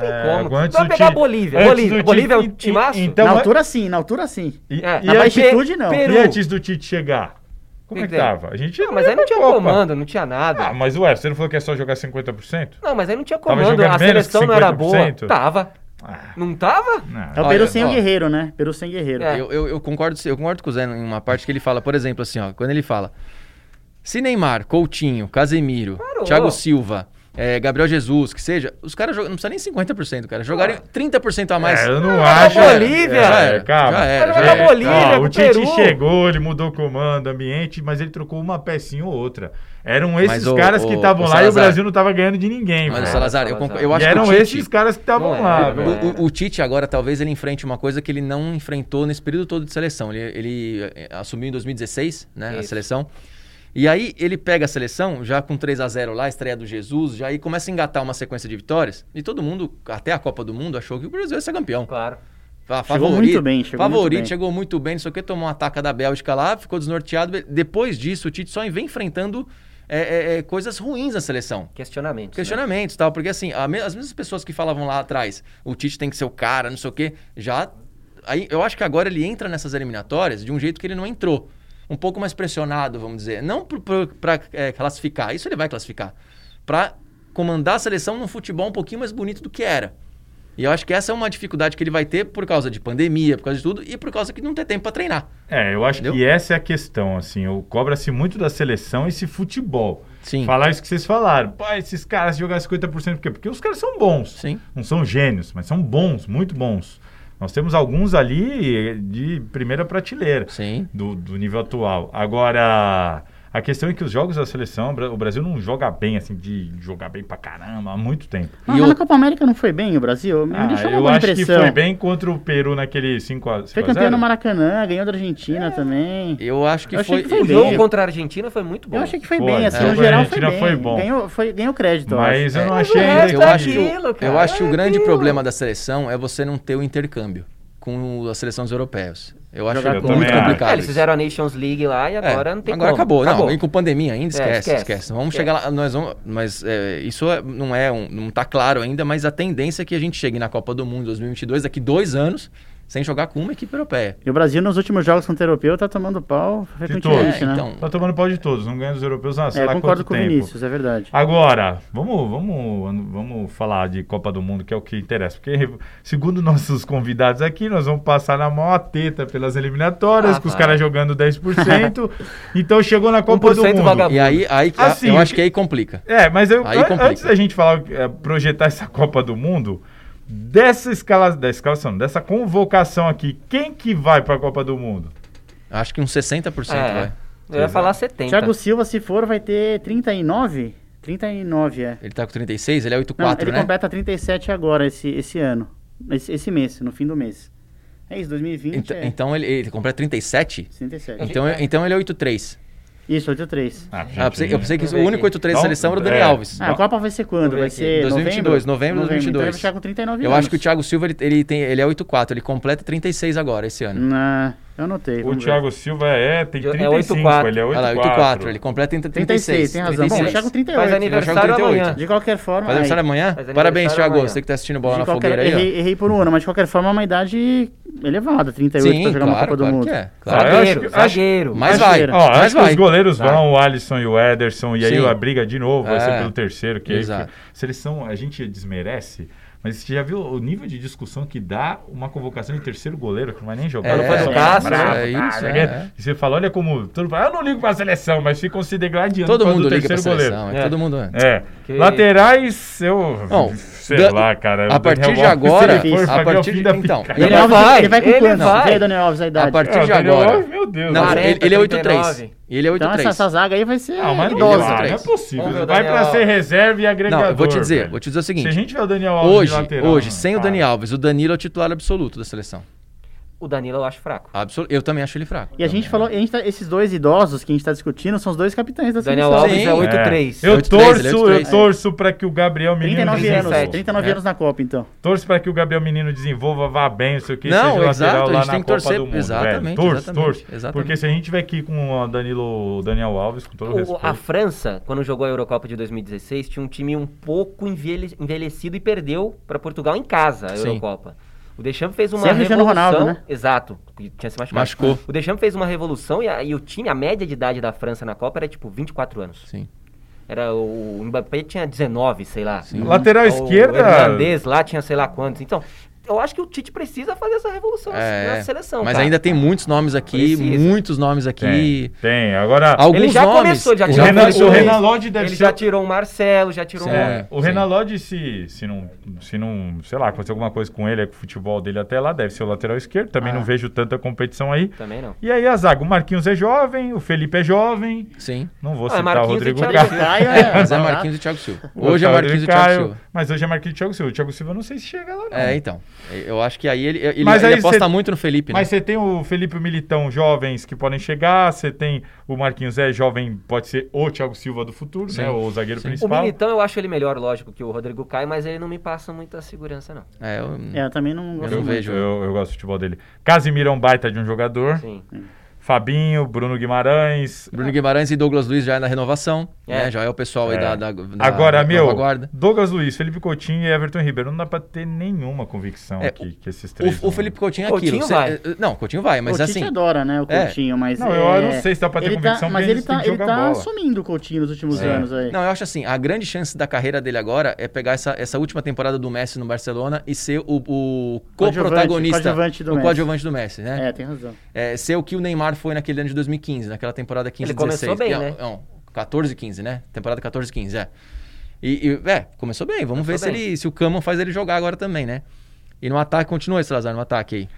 Speaker 4: tem
Speaker 2: É,
Speaker 4: como.
Speaker 2: agora antes
Speaker 4: Vai
Speaker 2: do
Speaker 4: pegar a
Speaker 2: Ti-
Speaker 4: Bolívia.
Speaker 2: antes do
Speaker 4: Bolívia,
Speaker 2: Ti-
Speaker 4: Bolívia é
Speaker 2: e-
Speaker 4: um timaço?
Speaker 2: Então,
Speaker 3: na
Speaker 2: é-
Speaker 3: altura sim, na altura sim.
Speaker 2: E,
Speaker 4: É,
Speaker 2: e
Speaker 4: na
Speaker 3: Na
Speaker 2: antes-
Speaker 3: altitude não.
Speaker 4: Peru.
Speaker 2: e antes do Tite chegar? Como
Speaker 4: Que
Speaker 2: é que
Speaker 4: que tem?
Speaker 2: tava? A gente
Speaker 4: Não, mas aí não tinha
Speaker 2: Copa.
Speaker 4: comando, não tinha nada.
Speaker 2: Ah, mas ué, você não falou que é só jogar 50%?
Speaker 4: Não, mas aí não tinha
Speaker 2: Tava
Speaker 4: comando,
Speaker 2: jogando
Speaker 4: a
Speaker 2: menos que
Speaker 4: seleção não era boa.
Speaker 2: 50%?
Speaker 4: Tava.
Speaker 2: Ah,
Speaker 4: Não tava?
Speaker 3: É o
Speaker 2: não.
Speaker 1: Olha,
Speaker 3: Peru sem
Speaker 1: ó.
Speaker 3: o Guerreiro, né? Peru sem Guerreiro.
Speaker 4: É.
Speaker 1: Eu, eu- eu concordo, eu concordo com o Zé em uma parte que ele fala, por exemplo, assim, ó, quando ele fala: se Neymar, Coutinho, Casemiro,
Speaker 4: Parou.
Speaker 1: Thiago Silva, eh, Gabriel Jesus, que seja, os caras jogam, não precisa nem 50%, cara, jogarem 30% a mais.
Speaker 2: É, eu não
Speaker 4: era
Speaker 2: acho.
Speaker 4: Bolívia.
Speaker 2: É,
Speaker 1: Já era,
Speaker 2: calma.
Speaker 1: já era,
Speaker 4: Era
Speaker 1: já
Speaker 4: da
Speaker 1: era.
Speaker 2: É,
Speaker 4: Bolívia,
Speaker 2: ó, o
Speaker 4: pro
Speaker 2: Tite
Speaker 4: Peru.
Speaker 2: chegou, ele mudou o comando, ambiente, mas ele trocou uma pecinha ou outra. Eram esses
Speaker 1: Mas o-
Speaker 2: caras que
Speaker 1: o-
Speaker 2: estavam
Speaker 1: o
Speaker 2: lá e o
Speaker 1: Salazar.
Speaker 2: Brasil não tava ganhando de ninguém,
Speaker 1: Mas,
Speaker 2: velho.
Speaker 1: Salazar, eu,
Speaker 4: Salazar.
Speaker 1: concordo- eu
Speaker 2: E
Speaker 1: acho
Speaker 2: eram
Speaker 1: que o Tite,
Speaker 2: esses caras que estavam
Speaker 4: Não é,
Speaker 3: Ah,
Speaker 2: lá,
Speaker 4: não
Speaker 2: velho.
Speaker 4: é.
Speaker 1: o, o- o Tite agora talvez ele enfrente uma coisa que ele não enfrentou nesse período todo de seleção. Ele, ele, eh, assumiu em 2016, né, a
Speaker 4: Isso.
Speaker 1: seleção. E aí ele pega a seleção, já com 3 a 0 lá, estreia do Jesus, já aí começa a engatar uma sequência de vitórias. E todo mundo, até a Copa do Mundo, achou que o Brasil ia ser campeão.
Speaker 4: Claro.
Speaker 1: Fa-
Speaker 3: Chegou
Speaker 1: favorito,
Speaker 3: muito bem, chegou muito
Speaker 1: favorito,
Speaker 3: bem.
Speaker 1: chegou muito bem, não sei o que, tomou um ataque da Bélgica lá, ficou desnorteado. Depois disso, o Tite só vem enfrentando é, é, é, coisas ruins na seleção.
Speaker 4: Questionamentos. né?
Speaker 1: Questionamentos e tal, porque assim, a me- as mesmas pessoas que falavam lá atrás, o Tite tem que ser o cara, não sei o quê, já. Aí, eu acho que agora ele entra nessas eliminatórias de um jeito que ele não entrou. Um pouco mais pressionado, vamos dizer. Não para é, classificar, isso ele vai classificar. Para comandar a seleção num futebol um pouquinho mais bonito do que era. E eu acho que essa é uma dificuldade que ele vai ter por causa de pandemia, por causa de tudo, e por causa que não ter tempo para treinar.
Speaker 2: É, eu acho que
Speaker 1: Entendeu?
Speaker 2: essa é a questão, assim. o- Cobra-se muito da seleção esse futebol.
Speaker 1: Sim.
Speaker 2: Falar isso que vocês falaram. Pá, esses caras jogar 50%, por quê? Porque os caras são bons.
Speaker 1: Sim.
Speaker 2: Não são gênios, mas são bons, muito bons. Nós temos alguns ali eh, de primeira prateleira
Speaker 1: Sim.
Speaker 2: do, do nível atual. Agora, a questão é que os jogos da seleção, o Brasil não joga bem, assim, de jogar bem pra caramba há muito tempo.
Speaker 3: Mas
Speaker 1: E
Speaker 3: na
Speaker 1: outro-
Speaker 3: Copa América não foi bem o Brasil? Me
Speaker 2: Ah,
Speaker 3: deixou uma
Speaker 2: eu
Speaker 3: boa
Speaker 2: acho
Speaker 3: impressão.
Speaker 2: que foi bem contra o Peru naquele 5x0.
Speaker 3: Foi campeão no Maracanã, ganhou da Argentina também.
Speaker 1: Eu acho que
Speaker 3: Eu
Speaker 1: É.
Speaker 3: achei
Speaker 1: foi.
Speaker 3: que
Speaker 4: O
Speaker 3: foi bem.
Speaker 4: um jogo contra a Argentina foi muito bom.
Speaker 3: Eu achei que foi,
Speaker 2: Foi,
Speaker 3: bem, assim,
Speaker 2: é.
Speaker 3: no geral foi
Speaker 2: Argentina
Speaker 3: bem.
Speaker 2: foi bom.
Speaker 3: Ganhou, foi, ganhou crédito, eu
Speaker 2: Mas
Speaker 1: é.
Speaker 2: eu não
Speaker 4: Mas É. o
Speaker 2: achei ainda
Speaker 4: resto
Speaker 2: que...
Speaker 1: eu acho que,
Speaker 4: aquilo,
Speaker 1: o- eu
Speaker 4: cara,
Speaker 1: acho que
Speaker 4: é
Speaker 1: o grande
Speaker 4: aquilo.
Speaker 1: problema da seleção é você não ter o intercâmbio com as seleções europeias. Eu acho
Speaker 2: Jogar com-
Speaker 1: muito
Speaker 2: Eu também
Speaker 1: complicado.
Speaker 4: É, eles
Speaker 1: isso.
Speaker 4: fizeram a Nations League lá e
Speaker 1: É,
Speaker 4: agora não tem
Speaker 1: agora
Speaker 4: como.
Speaker 1: acabou. Não, e com pandemia ainda,
Speaker 4: É,
Speaker 1: esquece, esquece.
Speaker 4: esquece.
Speaker 1: Vamos
Speaker 4: Esquece.
Speaker 1: chegar lá, nós vamos... Mas é, isso é- não é um, não tá claro ainda, mas a tendência é que a gente chegue na Copa do Mundo 2022, daqui dois anos, sem jogar com uma equipe europeia.
Speaker 3: E o Brasil, nos últimos jogos contra o europeu, tá tomando pau
Speaker 2: todos.
Speaker 3: frequentemente,
Speaker 1: É,
Speaker 3: né?
Speaker 1: então,
Speaker 2: Tá tomando pau de todos, não ganha dos europeus, ah, sei
Speaker 3: É,
Speaker 2: lá
Speaker 3: concordo
Speaker 2: quanto
Speaker 3: com o
Speaker 2: tempo.
Speaker 3: Vinícius, é verdade.
Speaker 2: Agora, vamos, vamos, vamos falar de Copa do Mundo, que é o que interessa. Porque, segundo nossos convidados aqui, nós vamos passar na maior teta pelas eliminatórias,
Speaker 4: Ah,
Speaker 2: com os
Speaker 4: vai.
Speaker 2: caras jogando 10%. então chegou na Copa do
Speaker 4: 1%
Speaker 2: Mundo.
Speaker 4: vagabundo.
Speaker 1: e aí, aí que-
Speaker 2: Assim,
Speaker 1: eu
Speaker 2: o
Speaker 1: acho
Speaker 2: que-
Speaker 1: que aí complica.
Speaker 2: É, mas eu,
Speaker 1: Aí
Speaker 2: an-
Speaker 1: complica.
Speaker 2: antes da gente falar, eh, projetar essa Copa do Mundo, dessa escala, da escalação, dessa convocação aqui, quem que vai pra Copa do Mundo?
Speaker 1: Acho que um uns 60%
Speaker 4: É,
Speaker 1: vai.
Speaker 4: Eu ia falar 70.
Speaker 3: Thiago Silva, se for, vai ter 39? 39, é.
Speaker 1: Ele tá com 36, ele é
Speaker 3: Não,
Speaker 1: 8,4,
Speaker 3: ele
Speaker 1: né?
Speaker 3: completa 37 agora, esse, esse ano. Esse, esse mês, no fim do mês. É isso, 2020
Speaker 1: Então,
Speaker 3: é
Speaker 1: então ele, ele completa 37?
Speaker 3: 37.
Speaker 1: Então, então ele é 8,3.
Speaker 3: Isso, 83.
Speaker 2: Ah,
Speaker 1: Ah, eu pensei, eu pensei que o único 8-3 da
Speaker 2: Não,
Speaker 1: seleção era o Dani
Speaker 2: é.
Speaker 1: Alves.
Speaker 3: Ah, a Copa vai ser quando?
Speaker 4: Vou ver
Speaker 3: Vai
Speaker 4: aqui.
Speaker 3: ser
Speaker 1: 2022, novembro de
Speaker 3: novembro? Então
Speaker 1: 2022.
Speaker 3: vai ficar com 39
Speaker 1: Eu
Speaker 3: anos.
Speaker 1: acho que o Thiago Silva ele, ele tem, ele é 8-4, ele completa 36 agora esse ano.
Speaker 3: Não, eu anotei.
Speaker 2: O
Speaker 3: vamos ver.
Speaker 2: Thiago Silva é, tem
Speaker 4: É
Speaker 2: 35,
Speaker 4: 8-4.
Speaker 2: ele é 8-4.
Speaker 1: Olha lá, 8-4, ele completa 36.
Speaker 3: 36, tem razão. Bom, o Thiago 38.
Speaker 4: Faz
Speaker 1: Thiago
Speaker 4: aniversário
Speaker 1: 38.
Speaker 4: amanhã.
Speaker 3: De qualquer forma...
Speaker 1: Faz aniversário
Speaker 3: aí,
Speaker 1: amanhã?
Speaker 4: Faz
Speaker 1: Parabéns,
Speaker 4: aniversário
Speaker 1: Thiago,
Speaker 4: amanhã.
Speaker 1: você que tá assistindo
Speaker 3: de
Speaker 1: bola na
Speaker 3: qualquer-
Speaker 1: fogueira aí,
Speaker 3: errei, errei por um ano, mas de qualquer forma é uma idade elevada,
Speaker 1: ó.
Speaker 3: 38
Speaker 1: Sim,
Speaker 3: pra jogar uma
Speaker 1: claro,
Speaker 3: Copa do
Speaker 1: claro
Speaker 3: Mundo.
Speaker 1: que é. Claro.
Speaker 2: Claro.
Speaker 4: Zagueiro,
Speaker 2: Eu acho que-
Speaker 4: zagueiro.
Speaker 1: Mas
Speaker 3: Acho
Speaker 1: vai,
Speaker 3: que-
Speaker 2: Ó, acho
Speaker 1: mas
Speaker 2: que os
Speaker 1: vai.
Speaker 2: goleiros
Speaker 1: Vai.
Speaker 2: vão, o Alisson e o Ederson, e aí
Speaker 1: Sim.
Speaker 2: a briga de novo vai
Speaker 1: É.
Speaker 2: ser pelo terceiro, que aí fica-
Speaker 1: Exato.
Speaker 2: seleção a gente desmerece, mas você já viu o nível de discussão que dá uma convocação de terceiro goleiro que não vai nem jogar.
Speaker 1: É,
Speaker 2: Não faz
Speaker 1: é,
Speaker 2: o caso,
Speaker 1: é,
Speaker 2: bravo,
Speaker 1: é
Speaker 2: tá,
Speaker 1: isso,
Speaker 2: não sei o quê.
Speaker 1: é.
Speaker 2: E você fala, olha como todo mundo fala, eu não ligo pra seleção, mas ficam se degladiando
Speaker 1: Todo
Speaker 2: por causa
Speaker 1: mundo
Speaker 2: do
Speaker 1: liga pra
Speaker 2: terceiro
Speaker 1: seleção,
Speaker 2: goleiro.
Speaker 1: é. todo mundo.
Speaker 2: É.
Speaker 4: Que-
Speaker 2: Laterais, eu
Speaker 1: Não,
Speaker 2: sei
Speaker 1: da-
Speaker 2: lá, cara.
Speaker 1: a
Speaker 2: o Daniel
Speaker 1: partir de
Speaker 2: Alves,
Speaker 1: agora,
Speaker 2: se ele for,
Speaker 1: a
Speaker 2: vai ver o
Speaker 1: partir
Speaker 2: fim
Speaker 1: de-
Speaker 2: da
Speaker 1: então,
Speaker 2: picada.
Speaker 4: Ele
Speaker 3: Daniel Alves,
Speaker 4: vai,
Speaker 3: ele vai com
Speaker 4: ele
Speaker 3: quantos?
Speaker 4: vai.
Speaker 3: Vê, Daniel Alves, a idade.
Speaker 1: A partir
Speaker 2: É, o
Speaker 1: de
Speaker 2: Daniel
Speaker 1: agora.
Speaker 2: Alves, meu Deus.
Speaker 1: Não, ele, ele é 8-3.
Speaker 4: 39.
Speaker 1: Ele é
Speaker 3: Então
Speaker 1: 8-3.
Speaker 3: essa, essa zaga aí vai ser
Speaker 2: Ah, mas não,
Speaker 3: idosa.
Speaker 2: dá, não é
Speaker 1: três.
Speaker 2: possível.
Speaker 4: Vamos ver o
Speaker 2: Vai
Speaker 4: Daniel
Speaker 2: pra ser
Speaker 4: Alves.
Speaker 2: reserva e agregador.
Speaker 1: Não, eu vou te dizer,
Speaker 2: velho.
Speaker 1: vou te dizer o
Speaker 2: Se a
Speaker 1: seguinte.
Speaker 2: gente tiver o Daniel Alves
Speaker 1: Hoje,
Speaker 2: de lateral,
Speaker 1: hoje,
Speaker 2: não,
Speaker 1: sem o
Speaker 2: para.
Speaker 1: Dani Alves, o Danilo é o titular absoluto da seleção.
Speaker 4: O Danilo eu acho fraco.
Speaker 1: Absol... Eu também acho ele fraco.
Speaker 3: E a gente falou, a gente tá- esses dois idosos que a gente tá discutindo são os dois capitães da
Speaker 4: Daniel
Speaker 3: seleção.
Speaker 4: Alves
Speaker 1: Sim.
Speaker 4: é
Speaker 1: É.
Speaker 4: 8-3.
Speaker 1: 8-3, ele
Speaker 2: Eu
Speaker 1: é
Speaker 2: torço,
Speaker 1: 8-3.
Speaker 2: eu torço pra que o Gabriel Menino
Speaker 3: 39
Speaker 2: desenvolva.
Speaker 3: anos,
Speaker 4: 37.
Speaker 3: 39
Speaker 1: É.
Speaker 3: anos na Copa, então.
Speaker 2: Torço pra que o Gabriel Menino desenvolva, vá bem, não sei o que,
Speaker 1: Não,
Speaker 2: seja
Speaker 1: exato,
Speaker 2: lateral
Speaker 1: a
Speaker 2: lá
Speaker 1: gente
Speaker 2: na
Speaker 1: tem que
Speaker 2: Copa
Speaker 1: torcer-
Speaker 2: do Mundo.
Speaker 1: exatamente,
Speaker 2: velho. Torço,
Speaker 1: exatamente,
Speaker 2: torço.
Speaker 1: exatamente.
Speaker 2: Porque se a gente tiver aqui com o Danilo, o Daniel Alves, com todo o
Speaker 4: O-
Speaker 2: respeito...
Speaker 4: a França, quando jogou a Eurocopa de 2016, tinha um time um pouco envelhe- envelhecido e perdeu para Portugal em casa a
Speaker 1: Sim.
Speaker 4: Eurocopa. O Deschamps fez uma
Speaker 3: Sem o Cristiano
Speaker 4: revolução.
Speaker 3: Ronaldo, né?
Speaker 4: Exato, que tinha se machucado.
Speaker 1: Machucou.
Speaker 4: O Deschamps fez uma revolução e, a- e o time, a média de idade da França na Copa era tipo 24 anos.
Speaker 1: Sim.
Speaker 4: Era o o Mbappé tinha 19, sei lá.
Speaker 1: Sim.
Speaker 2: Lateral
Speaker 4: O
Speaker 2: esquerda...
Speaker 4: Hernandez lá tinha sei lá quantos. Então, eu acho que o Tite precisa fazer essa revolução assim,
Speaker 1: É,
Speaker 4: na seleção. tá?
Speaker 1: Mas
Speaker 4: cara.
Speaker 1: ainda tem muitos nomes aqui,
Speaker 4: Precisa.
Speaker 1: muitos nomes aqui.
Speaker 2: Tem, tem. Agora,
Speaker 1: Alguns
Speaker 4: Ele já
Speaker 1: nomes.
Speaker 4: começou, já
Speaker 1: o
Speaker 2: o
Speaker 4: tirou
Speaker 1: Renan-
Speaker 2: Renan,
Speaker 4: começou
Speaker 2: o
Speaker 1: o
Speaker 4: ele.
Speaker 2: Renan Lodge deve
Speaker 4: Ele
Speaker 2: ser...
Speaker 4: já tirou o Marcelo, já tirou um- o...
Speaker 2: É, o
Speaker 1: Sim.
Speaker 2: Renan Lodge, se, se, não, se não, sei lá, acontecer alguma coisa com ele, é com o futebol dele até lá, deve ser o lateral esquerdo. Também
Speaker 1: Ah.
Speaker 2: não vejo tanta competição aí.
Speaker 4: Também não.
Speaker 2: E aí a zaga, o Marquinhos é jovem, o Felipe é jovem.
Speaker 1: Sim.
Speaker 2: Não vou
Speaker 4: Ah,
Speaker 2: citar o
Speaker 4: Marquinhos e
Speaker 2: Rodrigo
Speaker 4: Thiago
Speaker 2: Caio.
Speaker 4: Silva.
Speaker 3: Caio
Speaker 1: Mas é
Speaker 3: tá?
Speaker 1: Marquinhos e Thiago Silva. Hoje é
Speaker 2: Gustavo
Speaker 1: Marquinhos e
Speaker 2: Caio,
Speaker 1: Thiago Silva.
Speaker 2: Mas hoje é Marquinhos e Thiago Silva. O Thiago Silva eu não sei se chega lá, não.
Speaker 1: É, então. Eu acho que aí ele, ele,
Speaker 2: Mas
Speaker 1: ele
Speaker 2: aí
Speaker 1: aposta
Speaker 2: você-
Speaker 1: muito no Felipe, né?
Speaker 2: Mas você tem o Felipe Militão, jovens que podem chegar, você tem o Marquinhos Zé, jovem, pode ser o Thiago Silva do futuro,
Speaker 1: Sim.
Speaker 2: né? O zagueiro
Speaker 1: Sim.
Speaker 4: O
Speaker 2: principal.
Speaker 4: Militão eu acho ele melhor, lógico, que o Rodrigo Caio, mas ele não me passa muita segurança, não.
Speaker 1: É, eu-
Speaker 3: É, eu também não gosto
Speaker 1: não
Speaker 3: muito.
Speaker 1: vejo.
Speaker 2: Eu, eu gosto do futebol dele. Casimiro é um baita de um jogador.
Speaker 4: Sim.
Speaker 2: Fabinho, Bruno Guimarães.
Speaker 1: Bruno Guimarães e Douglas Luiz já é na renovação,
Speaker 4: É.
Speaker 1: né? Já é o pessoal aí
Speaker 2: É.
Speaker 1: da, da, da
Speaker 2: Agora,
Speaker 1: nova
Speaker 2: meu,
Speaker 1: guarda.
Speaker 2: Douglas Luiz, Felipe Coutinho e Everton Ribeiro. Não dá pra ter nenhuma convicção
Speaker 1: É,
Speaker 2: que, que esses três.
Speaker 1: O, o
Speaker 2: vão-
Speaker 1: Felipe Coutinho é
Speaker 4: Coutinho
Speaker 1: aquilo. Você-
Speaker 4: vai.
Speaker 1: Não, Coutinho vai, mas
Speaker 3: o Tite
Speaker 1: assim.
Speaker 3: adora, né, o
Speaker 1: É.
Speaker 3: Coutinho, mas...
Speaker 2: Não, eu- eu
Speaker 3: é,
Speaker 2: não sei se dá pra ter
Speaker 3: ele tá-
Speaker 2: convicção,
Speaker 3: Mas
Speaker 2: porque
Speaker 3: ele
Speaker 2: eles têm
Speaker 3: tá,
Speaker 2: que
Speaker 3: ele
Speaker 2: jogar
Speaker 3: tá
Speaker 2: bola.
Speaker 3: assumindo o Coutinho nos últimos
Speaker 1: Sim.
Speaker 3: anos aí.
Speaker 1: É. Não, eu acho assim, a grande chance da carreira dele agora é pegar essa, essa última temporada do Messi no Barcelona e ser o, o co-protagonista,
Speaker 3: coadjuvante do
Speaker 1: o
Speaker 3: Messi.
Speaker 1: coadjuvante do Messi, né?
Speaker 3: É, tem razão.
Speaker 1: É, ser o que o Neymar foi naquele ano de 2015, naquela temporada 15
Speaker 4: Ele começou
Speaker 1: 16.
Speaker 4: bem,
Speaker 1: É,
Speaker 4: né?
Speaker 1: Não, 14 15, né? Temporada 14 15, é. E, e, é, começou bem. Vamos ver
Speaker 4: Começou
Speaker 1: se
Speaker 4: bem.
Speaker 1: ele se o Camon faz ele jogar agora também, né? E no ataque continua esse Lazar no ataque aí.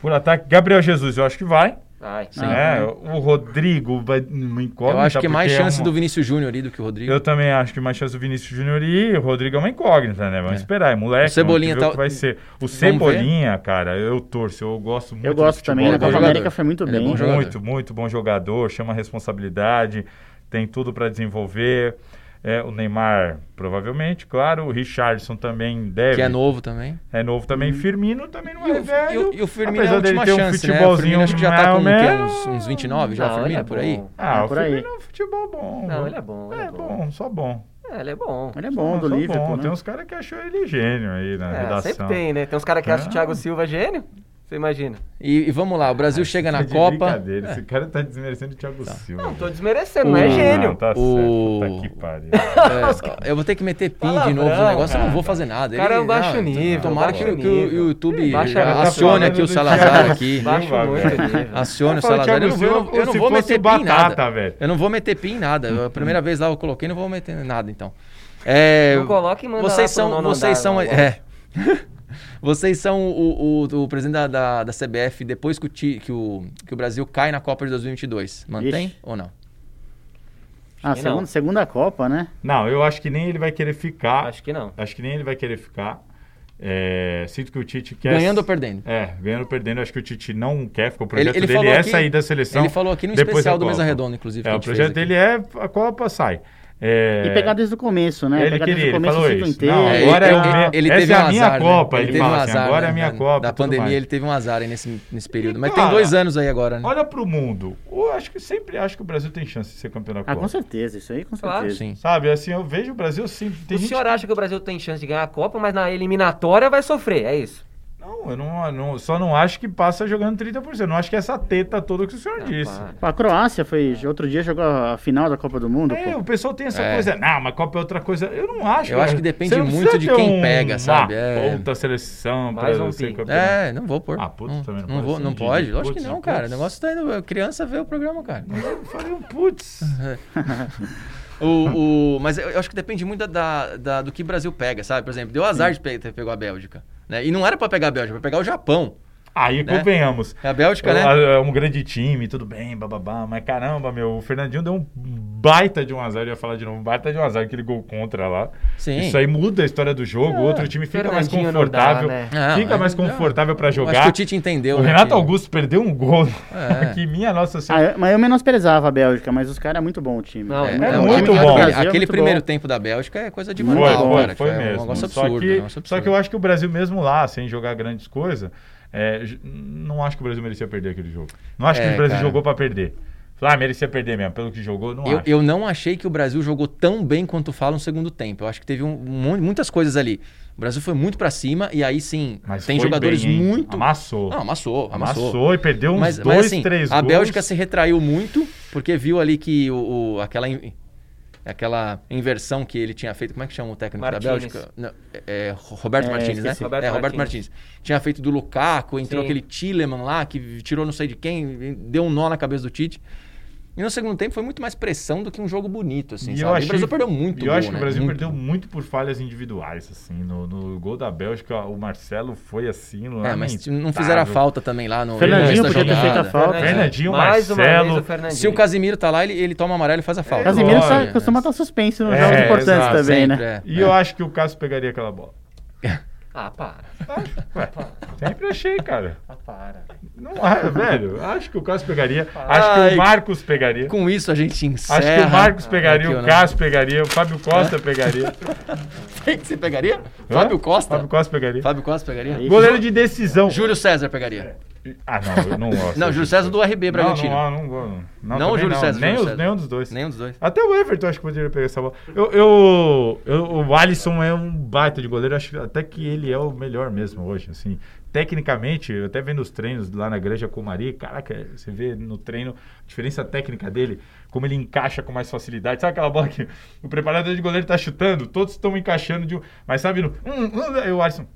Speaker 2: Por ataque, Gabriel Jesus, eu acho que vai.
Speaker 4: Ai,
Speaker 3: Sim.
Speaker 2: né?
Speaker 3: Ah,
Speaker 2: O Rodrigo vai uma incógnita.
Speaker 1: Uhum. Eu acho que é mais
Speaker 2: porque é
Speaker 1: chance
Speaker 2: uma-
Speaker 1: do Vinícius Júnior ali do que o Rodrigo.
Speaker 2: Eu também acho que mais chance do Vinícius Júnior e o Rodrigo é uma incógnita, né? Vamos
Speaker 1: É.
Speaker 2: esperar, é
Speaker 1: O
Speaker 2: moleque.
Speaker 1: Cebolinha
Speaker 2: vamos ver o
Speaker 1: tá-
Speaker 2: que vai ser. O
Speaker 1: ver.
Speaker 2: Cebolinha, cara, eu torço, eu gosto muito
Speaker 3: Eu
Speaker 2: do
Speaker 3: gosto
Speaker 2: futebol
Speaker 3: também,
Speaker 1: bom
Speaker 3: na
Speaker 2: dele.
Speaker 3: Copa
Speaker 1: jogador.
Speaker 3: América foi muito
Speaker 1: Ele é
Speaker 3: bem.
Speaker 1: bom jogador.
Speaker 2: Muito, muito bom jogador, chama responsabilidade, tem tudo pra desenvolver. É, o Neymar, provavelmente, claro. O Richardson também deve.
Speaker 1: Que é novo também.
Speaker 2: É novo também. Firmino também não
Speaker 1: E
Speaker 2: é
Speaker 1: o,
Speaker 2: velho.
Speaker 1: e o- e o Firmino é a
Speaker 2: apesar dele
Speaker 1: última
Speaker 2: ter um
Speaker 1: chance, né? O
Speaker 2: futebolzinho
Speaker 1: Firmino acho que já tá com o quê?
Speaker 2: mais ou
Speaker 1: uns, uns 29 já,
Speaker 4: Não,
Speaker 1: o
Speaker 4: ele
Speaker 1: Firmino,
Speaker 4: é
Speaker 1: por aí?
Speaker 4: bom.
Speaker 2: Ah,
Speaker 3: É,
Speaker 2: o
Speaker 3: por aí.
Speaker 2: Firmino é um futebol bom.
Speaker 4: Não,
Speaker 2: viu?
Speaker 4: ele é bom, ele
Speaker 2: É,
Speaker 4: é
Speaker 2: bom.
Speaker 4: bom.
Speaker 2: só bom.
Speaker 4: É, ele é bom.
Speaker 3: Ele é
Speaker 2: Só
Speaker 3: bom do
Speaker 2: só
Speaker 3: Liverpool,
Speaker 2: bom.
Speaker 3: né?
Speaker 2: Tem uns caras que achou ele gênio aí na
Speaker 4: É,
Speaker 2: redação.
Speaker 4: sempre tem, né? Tem uns caras que acham o
Speaker 2: Ah.
Speaker 4: Thiago Silva gênio. Você imagina?
Speaker 1: E, e vamos lá, o Brasil chega na
Speaker 2: Tá de
Speaker 1: Copa. É.
Speaker 2: brincadeira, Esse cara tá desmerecendo o Thiago Silva.
Speaker 4: Não, tô desmerecendo, não
Speaker 1: O-
Speaker 4: é
Speaker 2: Não,
Speaker 4: gênio.
Speaker 2: tá
Speaker 1: O-
Speaker 2: certo. Puta que pariu.
Speaker 1: É, eu vou ter que meter pin de
Speaker 4: Palavrão,
Speaker 1: novo no negócio, eu não
Speaker 4: cara.
Speaker 1: vou fazer nada.
Speaker 4: Cara, é um baixo
Speaker 1: não,
Speaker 4: nível,
Speaker 1: Tomara
Speaker 4: baixo
Speaker 1: que, o- que o
Speaker 4: nível.
Speaker 1: YouTube
Speaker 4: Baixa-
Speaker 1: a-
Speaker 4: tá
Speaker 1: acione
Speaker 2: falando
Speaker 1: aqui o
Speaker 2: do
Speaker 1: Salazar
Speaker 2: Thiago
Speaker 1: aqui.
Speaker 2: Silva.
Speaker 4: Baixo
Speaker 2: Silva,
Speaker 4: muito
Speaker 2: velho.
Speaker 4: nível.
Speaker 1: Acione o
Speaker 2: Eu falo
Speaker 1: Salazar. Eu
Speaker 2: Thiago
Speaker 1: não vou, eu não-
Speaker 2: Silva
Speaker 1: eu não
Speaker 2: como
Speaker 1: vou
Speaker 2: se fosse
Speaker 1: meter pin em nada.
Speaker 2: batata, velho.
Speaker 1: Eu não vou meter pin em nada. Eu- A primeira vez lá eu coloquei, não vou meter nada então. É,
Speaker 4: Não coloca e manda lá
Speaker 1: vocês
Speaker 4: pro
Speaker 1: são,
Speaker 4: né? nono
Speaker 1: vocês
Speaker 4: andar,
Speaker 1: são,
Speaker 4: não,
Speaker 1: é. Vocês são o, o- o presidente da, da, da CBF depois que o, ti- que, o, que o Brasil cai na Copa de 2022. Mantém
Speaker 3: Ixi.
Speaker 1: ou não?
Speaker 3: Ah,
Speaker 4: que
Speaker 3: segunda,
Speaker 4: não.
Speaker 3: segunda Copa, né?
Speaker 2: Não, eu acho que nem ele vai querer ficar. Acho,
Speaker 4: Acho que não.
Speaker 2: que nem ele vai querer ficar. É, sinto que o Tite quer.
Speaker 1: Ganhando ou perdendo?
Speaker 2: É, ganhando ou perdendo, acho que o Tite não quer, porque o projeto
Speaker 1: ele
Speaker 2: dele
Speaker 1: falou
Speaker 2: é
Speaker 1: aqui-
Speaker 2: sair da seleção.
Speaker 1: ele falou aqui no
Speaker 2: depois da
Speaker 1: especial do Mesa
Speaker 2: Copa.
Speaker 1: Redonda, inclusive. que
Speaker 2: É,
Speaker 1: a
Speaker 2: o
Speaker 1: gente fez
Speaker 2: projeto
Speaker 1: aqui.
Speaker 2: dele é a Copa sai. É,
Speaker 3: E pegar desde o começo, né?
Speaker 2: Ele
Speaker 3: pegar
Speaker 2: queria,
Speaker 3: desde o
Speaker 2: ele
Speaker 3: começo
Speaker 2: falou
Speaker 3: ciclo
Speaker 2: isso.
Speaker 3: inteiro.
Speaker 2: Não,
Speaker 1: É,
Speaker 2: agora
Speaker 1: ele-
Speaker 2: é o
Speaker 1: ele-
Speaker 2: me-
Speaker 1: ele
Speaker 2: essa
Speaker 1: teve
Speaker 2: é a
Speaker 1: um
Speaker 2: minha
Speaker 1: azar, né?
Speaker 2: Copa, ele
Speaker 1: teve
Speaker 2: fala assim, agora é a minha
Speaker 1: né?
Speaker 2: Copa e
Speaker 1: Da
Speaker 2: tudo
Speaker 1: pandemia
Speaker 2: mais.
Speaker 1: ele teve um azar aí nesse, nesse período. Mas
Speaker 2: Cara,
Speaker 1: tem dois anos aí agora, né?
Speaker 2: Olha pro mundo. Eu acho que sempre acho que o Brasil tem chance de ser campeão da
Speaker 3: Ah,
Speaker 2: Copa.
Speaker 3: com certeza, isso aí com
Speaker 4: Claro,
Speaker 3: certeza.
Speaker 1: Sim.
Speaker 2: Sabe, assim, eu vejo o Brasil sempre. Tem
Speaker 4: o
Speaker 2: gente...
Speaker 4: senhor acha que o Brasil tem chance de ganhar a Copa, mas na eliminatória vai sofrer, é isso.
Speaker 2: Não, eu não, não- só não acho que passa jogando 30%. Não acho que é essa teta toda que o senhor disse.
Speaker 4: para.
Speaker 3: Pô, A Croácia foi, outro dia jogou a final da Copa do Mundo,
Speaker 2: É,
Speaker 3: pô.
Speaker 2: o pessoal tem essa
Speaker 1: É.
Speaker 2: coisa. Não, mas Copa é outra coisa. Eu não acho.
Speaker 1: Eu acho
Speaker 2: cara.
Speaker 1: que depende
Speaker 2: Você não
Speaker 1: muito
Speaker 2: precisa
Speaker 1: de
Speaker 2: ter
Speaker 1: quem
Speaker 2: um-
Speaker 1: pega, sabe? É.
Speaker 2: Uma puta seleção
Speaker 4: Mais
Speaker 2: pra
Speaker 4: um
Speaker 2: ser
Speaker 4: pi.
Speaker 2: campeão.
Speaker 1: É, não vou pôr.
Speaker 2: Ah, putz,
Speaker 1: não,
Speaker 2: também não
Speaker 1: não
Speaker 2: pode
Speaker 1: vou,
Speaker 2: ser
Speaker 1: não
Speaker 2: de-
Speaker 1: pode.
Speaker 2: de-
Speaker 1: Lógico que
Speaker 2: putz,
Speaker 1: não,
Speaker 2: não,
Speaker 1: cara. O
Speaker 2: putz.
Speaker 1: negócio tá indo. Criança vê o programa, cara.
Speaker 2: Eu falei, putz.
Speaker 1: O, o- mas eu eu acho que depende muito da, da- da- do que o Brasil pega, sabe? Por exemplo, deu azar de pe- ter pegou a Bélgica. Né? E não era pra pegar a Bélgica, pra pegar o Japão.
Speaker 2: Aí
Speaker 1: Né?
Speaker 2: convenhamos.
Speaker 1: É a Bélgica, né?
Speaker 2: É é um grande time, tudo bem, bababá. Mas caramba, meu, o Fernandinho deu um baita de um azar. Eu ia falar de novo, um baita de um azar, aquele gol contra lá.
Speaker 1: Sim. É,
Speaker 2: Isso aí muda a história do jogo. O outro time fica mais
Speaker 4: Fernandinho não dá,
Speaker 2: confortável.
Speaker 4: né?
Speaker 1: Ah,
Speaker 2: Fica
Speaker 1: mas-
Speaker 2: mais confortável pra
Speaker 1: Eu Acho
Speaker 2: jogar.
Speaker 1: que o Tite entendeu.
Speaker 2: O
Speaker 1: né,
Speaker 2: Renato
Speaker 1: que-
Speaker 2: Augusto perdeu um gol.
Speaker 1: É.
Speaker 2: que minha nossa
Speaker 3: Ah,
Speaker 2: senhora.
Speaker 3: eu- mas eu menosprezava a Bélgica, mas os caras é muito bom o time.
Speaker 4: Não,
Speaker 1: É,
Speaker 4: é
Speaker 1: não, aquele-
Speaker 2: muito bom.
Speaker 1: Aquele,
Speaker 3: Brasil é
Speaker 1: aquele
Speaker 3: muito
Speaker 1: primeiro
Speaker 3: bom.
Speaker 1: tempo da Bélgica é coisa de
Speaker 2: Foi,
Speaker 1: manual,
Speaker 2: foi,
Speaker 1: cara. tipo,
Speaker 2: foi
Speaker 1: É um
Speaker 2: mesmo.
Speaker 1: negócio
Speaker 2: só,
Speaker 1: absurdo.
Speaker 2: que,
Speaker 1: um negócio
Speaker 2: só que eu acho que o Brasil, mesmo lá, sem jogar grandes coisas, é, j- não acho que o Brasil merecia perder aquele jogo. Não acho
Speaker 1: É,
Speaker 2: que o Brasil
Speaker 1: cara.
Speaker 2: jogou pra perder. Falar, ah, merecia perder mesmo. Pelo que jogou, não
Speaker 1: Eu,
Speaker 2: acho.
Speaker 1: eu não achei que o Brasil jogou tão bem quanto fala no segundo tempo. Eu acho que teve um, mu- muitas coisas ali. O Brasil foi muito pra cima e aí sim,
Speaker 2: Mas
Speaker 1: tem
Speaker 2: foi
Speaker 1: jogadores
Speaker 2: bem, hein?
Speaker 1: muito.
Speaker 2: Amassou.
Speaker 1: Não, amassou, amassou.
Speaker 2: Amassou e perdeu uns
Speaker 1: Mas,
Speaker 2: dois,
Speaker 1: mas assim,
Speaker 2: três
Speaker 1: a
Speaker 2: gols.
Speaker 1: Bélgica se retraiu muito porque viu ali que o, o- aquela, in- aquela inversão que ele tinha feito. Como é que chama o técnico da
Speaker 4: Martínez.
Speaker 1: Bélgica? Não, é, é Roberto
Speaker 3: É,
Speaker 1: Martínez, né?
Speaker 3: esqueci.
Speaker 4: Roberto
Speaker 1: é, Roberto Martínez.
Speaker 4: Martínez.
Speaker 1: Tinha feito do Lukaku, entrou
Speaker 4: Sim.
Speaker 1: aquele Tilleman lá que tirou não sei de quem, deu um nó na cabeça do Tite. E no segundo tempo foi muito mais pressão do que um jogo bonito, assim,
Speaker 2: E
Speaker 1: sabe?
Speaker 2: eu achei,
Speaker 1: o Brasil perdeu muito
Speaker 2: e eu
Speaker 1: gol,
Speaker 2: acho que
Speaker 1: né?
Speaker 2: o Brasil
Speaker 1: Muito.
Speaker 2: perdeu muito por falhas individuais, assim. No, no gol da Bélgica, o Marcelo foi assim,
Speaker 1: É, mas
Speaker 2: lamentável.
Speaker 1: não fizeram a falta também lá no
Speaker 3: Fernandinho
Speaker 1: no começo da
Speaker 3: podia ter feito a
Speaker 1: jogada.
Speaker 3: falta.
Speaker 2: Fernandinho,
Speaker 4: mais uma
Speaker 2: Marcelo.
Speaker 4: vez o Fernandinho.
Speaker 1: Se o Casimiro tá lá, ele, ele toma amarelo e faz a
Speaker 2: É,
Speaker 1: falta.
Speaker 3: Casimiro
Speaker 2: Olha,
Speaker 1: né?
Speaker 3: só- costuma estar suspenso nos
Speaker 2: É,
Speaker 3: jogos importantes
Speaker 2: exato,
Speaker 3: também,
Speaker 1: Sempre,
Speaker 3: né?
Speaker 1: é.
Speaker 2: E eu acho que o Cássio pegaria aquela bola.
Speaker 4: Ah, para.
Speaker 2: Ué, sempre achei, cara.
Speaker 4: Ah, para. velho.
Speaker 2: Não, ah, velho, acho que o Cássio pegaria. Acho
Speaker 1: Ai,
Speaker 2: que o Marcos pegaria.
Speaker 1: Com isso a gente encerra.
Speaker 2: Acho que o Marcos pegaria,
Speaker 1: aqui né?
Speaker 2: o
Speaker 1: nosso-
Speaker 2: Cássio pegaria, o Fábio Costa pegaria.
Speaker 1: né? Quem que você pegaria?
Speaker 2: Hã?
Speaker 1: Fábio Costa?
Speaker 2: Fábio Costa pegaria.
Speaker 1: Fábio Costa pegaria?
Speaker 3: Aí-
Speaker 2: Goleiro de decisão.
Speaker 1: Júlio César pegaria.
Speaker 2: Ah, não, eu não gosto.
Speaker 1: Não, Júlio César do RB
Speaker 2: Não,
Speaker 1: Bragantino.
Speaker 2: não, não, não, não,
Speaker 1: Não o
Speaker 2: também
Speaker 1: Júlio César,
Speaker 2: Nem
Speaker 1: Júlio
Speaker 2: os-
Speaker 1: César.
Speaker 2: Nenhum dos dois.
Speaker 1: Nenhum dos dois.
Speaker 2: Até o Everton acho que poderia pegar essa bola. Eu, eu, eu- o Alisson é um baita de goleiro, acho que até que ele é o melhor mesmo hoje, assim. Tecnicamente, eu até vendo os treinos lá na Granja Comari, caraca, você vê no treino a diferença técnica dele, como ele encaixa com mais facilidade. Sabe aquela bola que o preparador de goleiro tá chutando, todos estão encaixando de um, mas sabe, no, hum, hum, aí o Alisson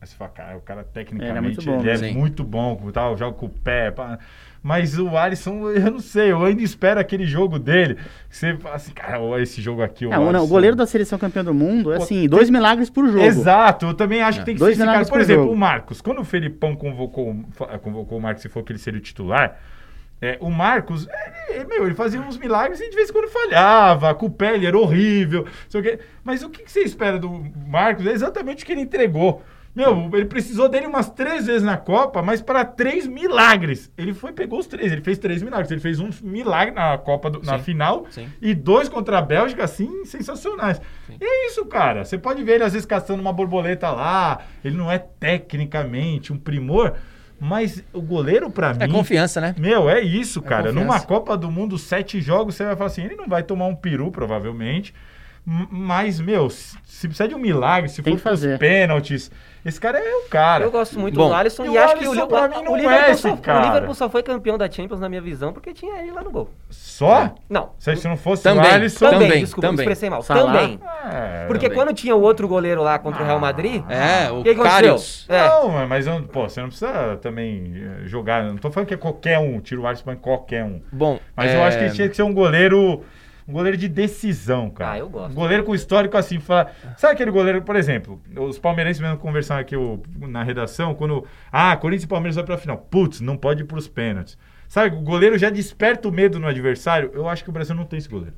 Speaker 2: Aí você fala, cara, o cara tecnicamente
Speaker 3: bom,
Speaker 2: ele é
Speaker 1: sim.
Speaker 2: muito bom, com tal, joga com o pé. pá. Mas o Alisson, eu não sei, eu ainda espero aquele jogo dele. que Você fala assim, cara, ó, esse jogo aqui.
Speaker 3: É, o, não, o
Speaker 2: Alisson-
Speaker 3: goleiro da seleção campeã do mundo é
Speaker 2: Pô,
Speaker 3: assim, dois milagres por jogo. É.
Speaker 2: Exato, eu também acho que tem que
Speaker 3: Dois
Speaker 2: ser esse cara.
Speaker 3: milagres
Speaker 2: Por
Speaker 3: por
Speaker 2: exemplo,
Speaker 3: jogo.
Speaker 2: o Marcos, quando o Felipão convocou, o- fa- convocou o Marcos e falou que ele seria o titular, é, o Marcos, ele, meu, ele fazia uns milagres e de vez em quando falhava, com o pé ele era horrível, não sei o quê. Mas o que, que você espera do Marcos? É exatamente o que ele entregou. Meu, ele precisou dele umas três vezes na Copa, mas para três milagres. Ele foi, pegou os três, ele fez três milagres. Ele fez um milagre na Copa, do- na
Speaker 1: Sim,
Speaker 2: final,
Speaker 1: sim.
Speaker 2: e dois contra a Bélgica, assim, sensacionais. E é isso, cara. Você pode ver ele às vezes caçando uma borboleta lá. Ele não é tecnicamente um primor, mas o goleiro, pra
Speaker 1: É
Speaker 2: mim.
Speaker 1: confiança, né?
Speaker 2: Meu, é isso, cara.
Speaker 1: confiança.
Speaker 2: Numa Copa do Mundo, sete jogos, você vai falar assim: ele não vai tomar um peru, provavelmente. M- Mas, meu, se se precisar de um milagre, se
Speaker 3: Tem
Speaker 2: for
Speaker 3: que
Speaker 2: pros
Speaker 3: fazer.
Speaker 2: pênaltis, esse cara é o cara.
Speaker 4: Eu gosto muito
Speaker 1: Bom,
Speaker 4: do Alisson
Speaker 2: e
Speaker 4: e,
Speaker 2: o
Speaker 4: acho que o,
Speaker 2: Alisson
Speaker 4: Liverpool-
Speaker 2: pra mim não
Speaker 4: o
Speaker 2: é
Speaker 4: Liverpool
Speaker 2: esse
Speaker 4: só,
Speaker 2: cara.
Speaker 4: o Liverpool só foi campeão da Champions, na minha visão, porque tinha ele lá no gol.
Speaker 2: Só?
Speaker 4: Não.
Speaker 2: Se se não fosse
Speaker 1: Também.
Speaker 2: o Alisson.
Speaker 4: Também,
Speaker 1: Também,
Speaker 4: desculpa,
Speaker 1: também.
Speaker 4: me expressei mal.
Speaker 3: Salah.
Speaker 4: Também.
Speaker 2: É,
Speaker 4: Porque
Speaker 1: Também.
Speaker 4: quando tinha o outro goleiro lá contra o Real Madrid.
Speaker 1: É, o
Speaker 4: que aconteceu?
Speaker 1: Karius. Ah,
Speaker 4: É.
Speaker 2: Não, mas- mas eu- pô, você não precisa também eh, jogar. Eu Não tô falando que é qualquer um, tira o Alisson põe qualquer um.
Speaker 1: Bom,
Speaker 2: Mas eu
Speaker 1: é,
Speaker 2: acho que ele tinha que ser um goleiro. Um goleiro de decisão, cara.
Speaker 4: Ah, eu gosto.
Speaker 2: Um goleiro com histórico assim. Fala... Sabe aquele goleiro, por exemplo, os palmeirenses mesmo conversaram aqui o- na redação, quando. Ah, Corinthians e Palmeiras vai pra final. Putz, não pode ir pros pênaltis. Sabe, o goleiro já desperta o medo no adversário. Eu acho que o Brasil não tem esse goleiro.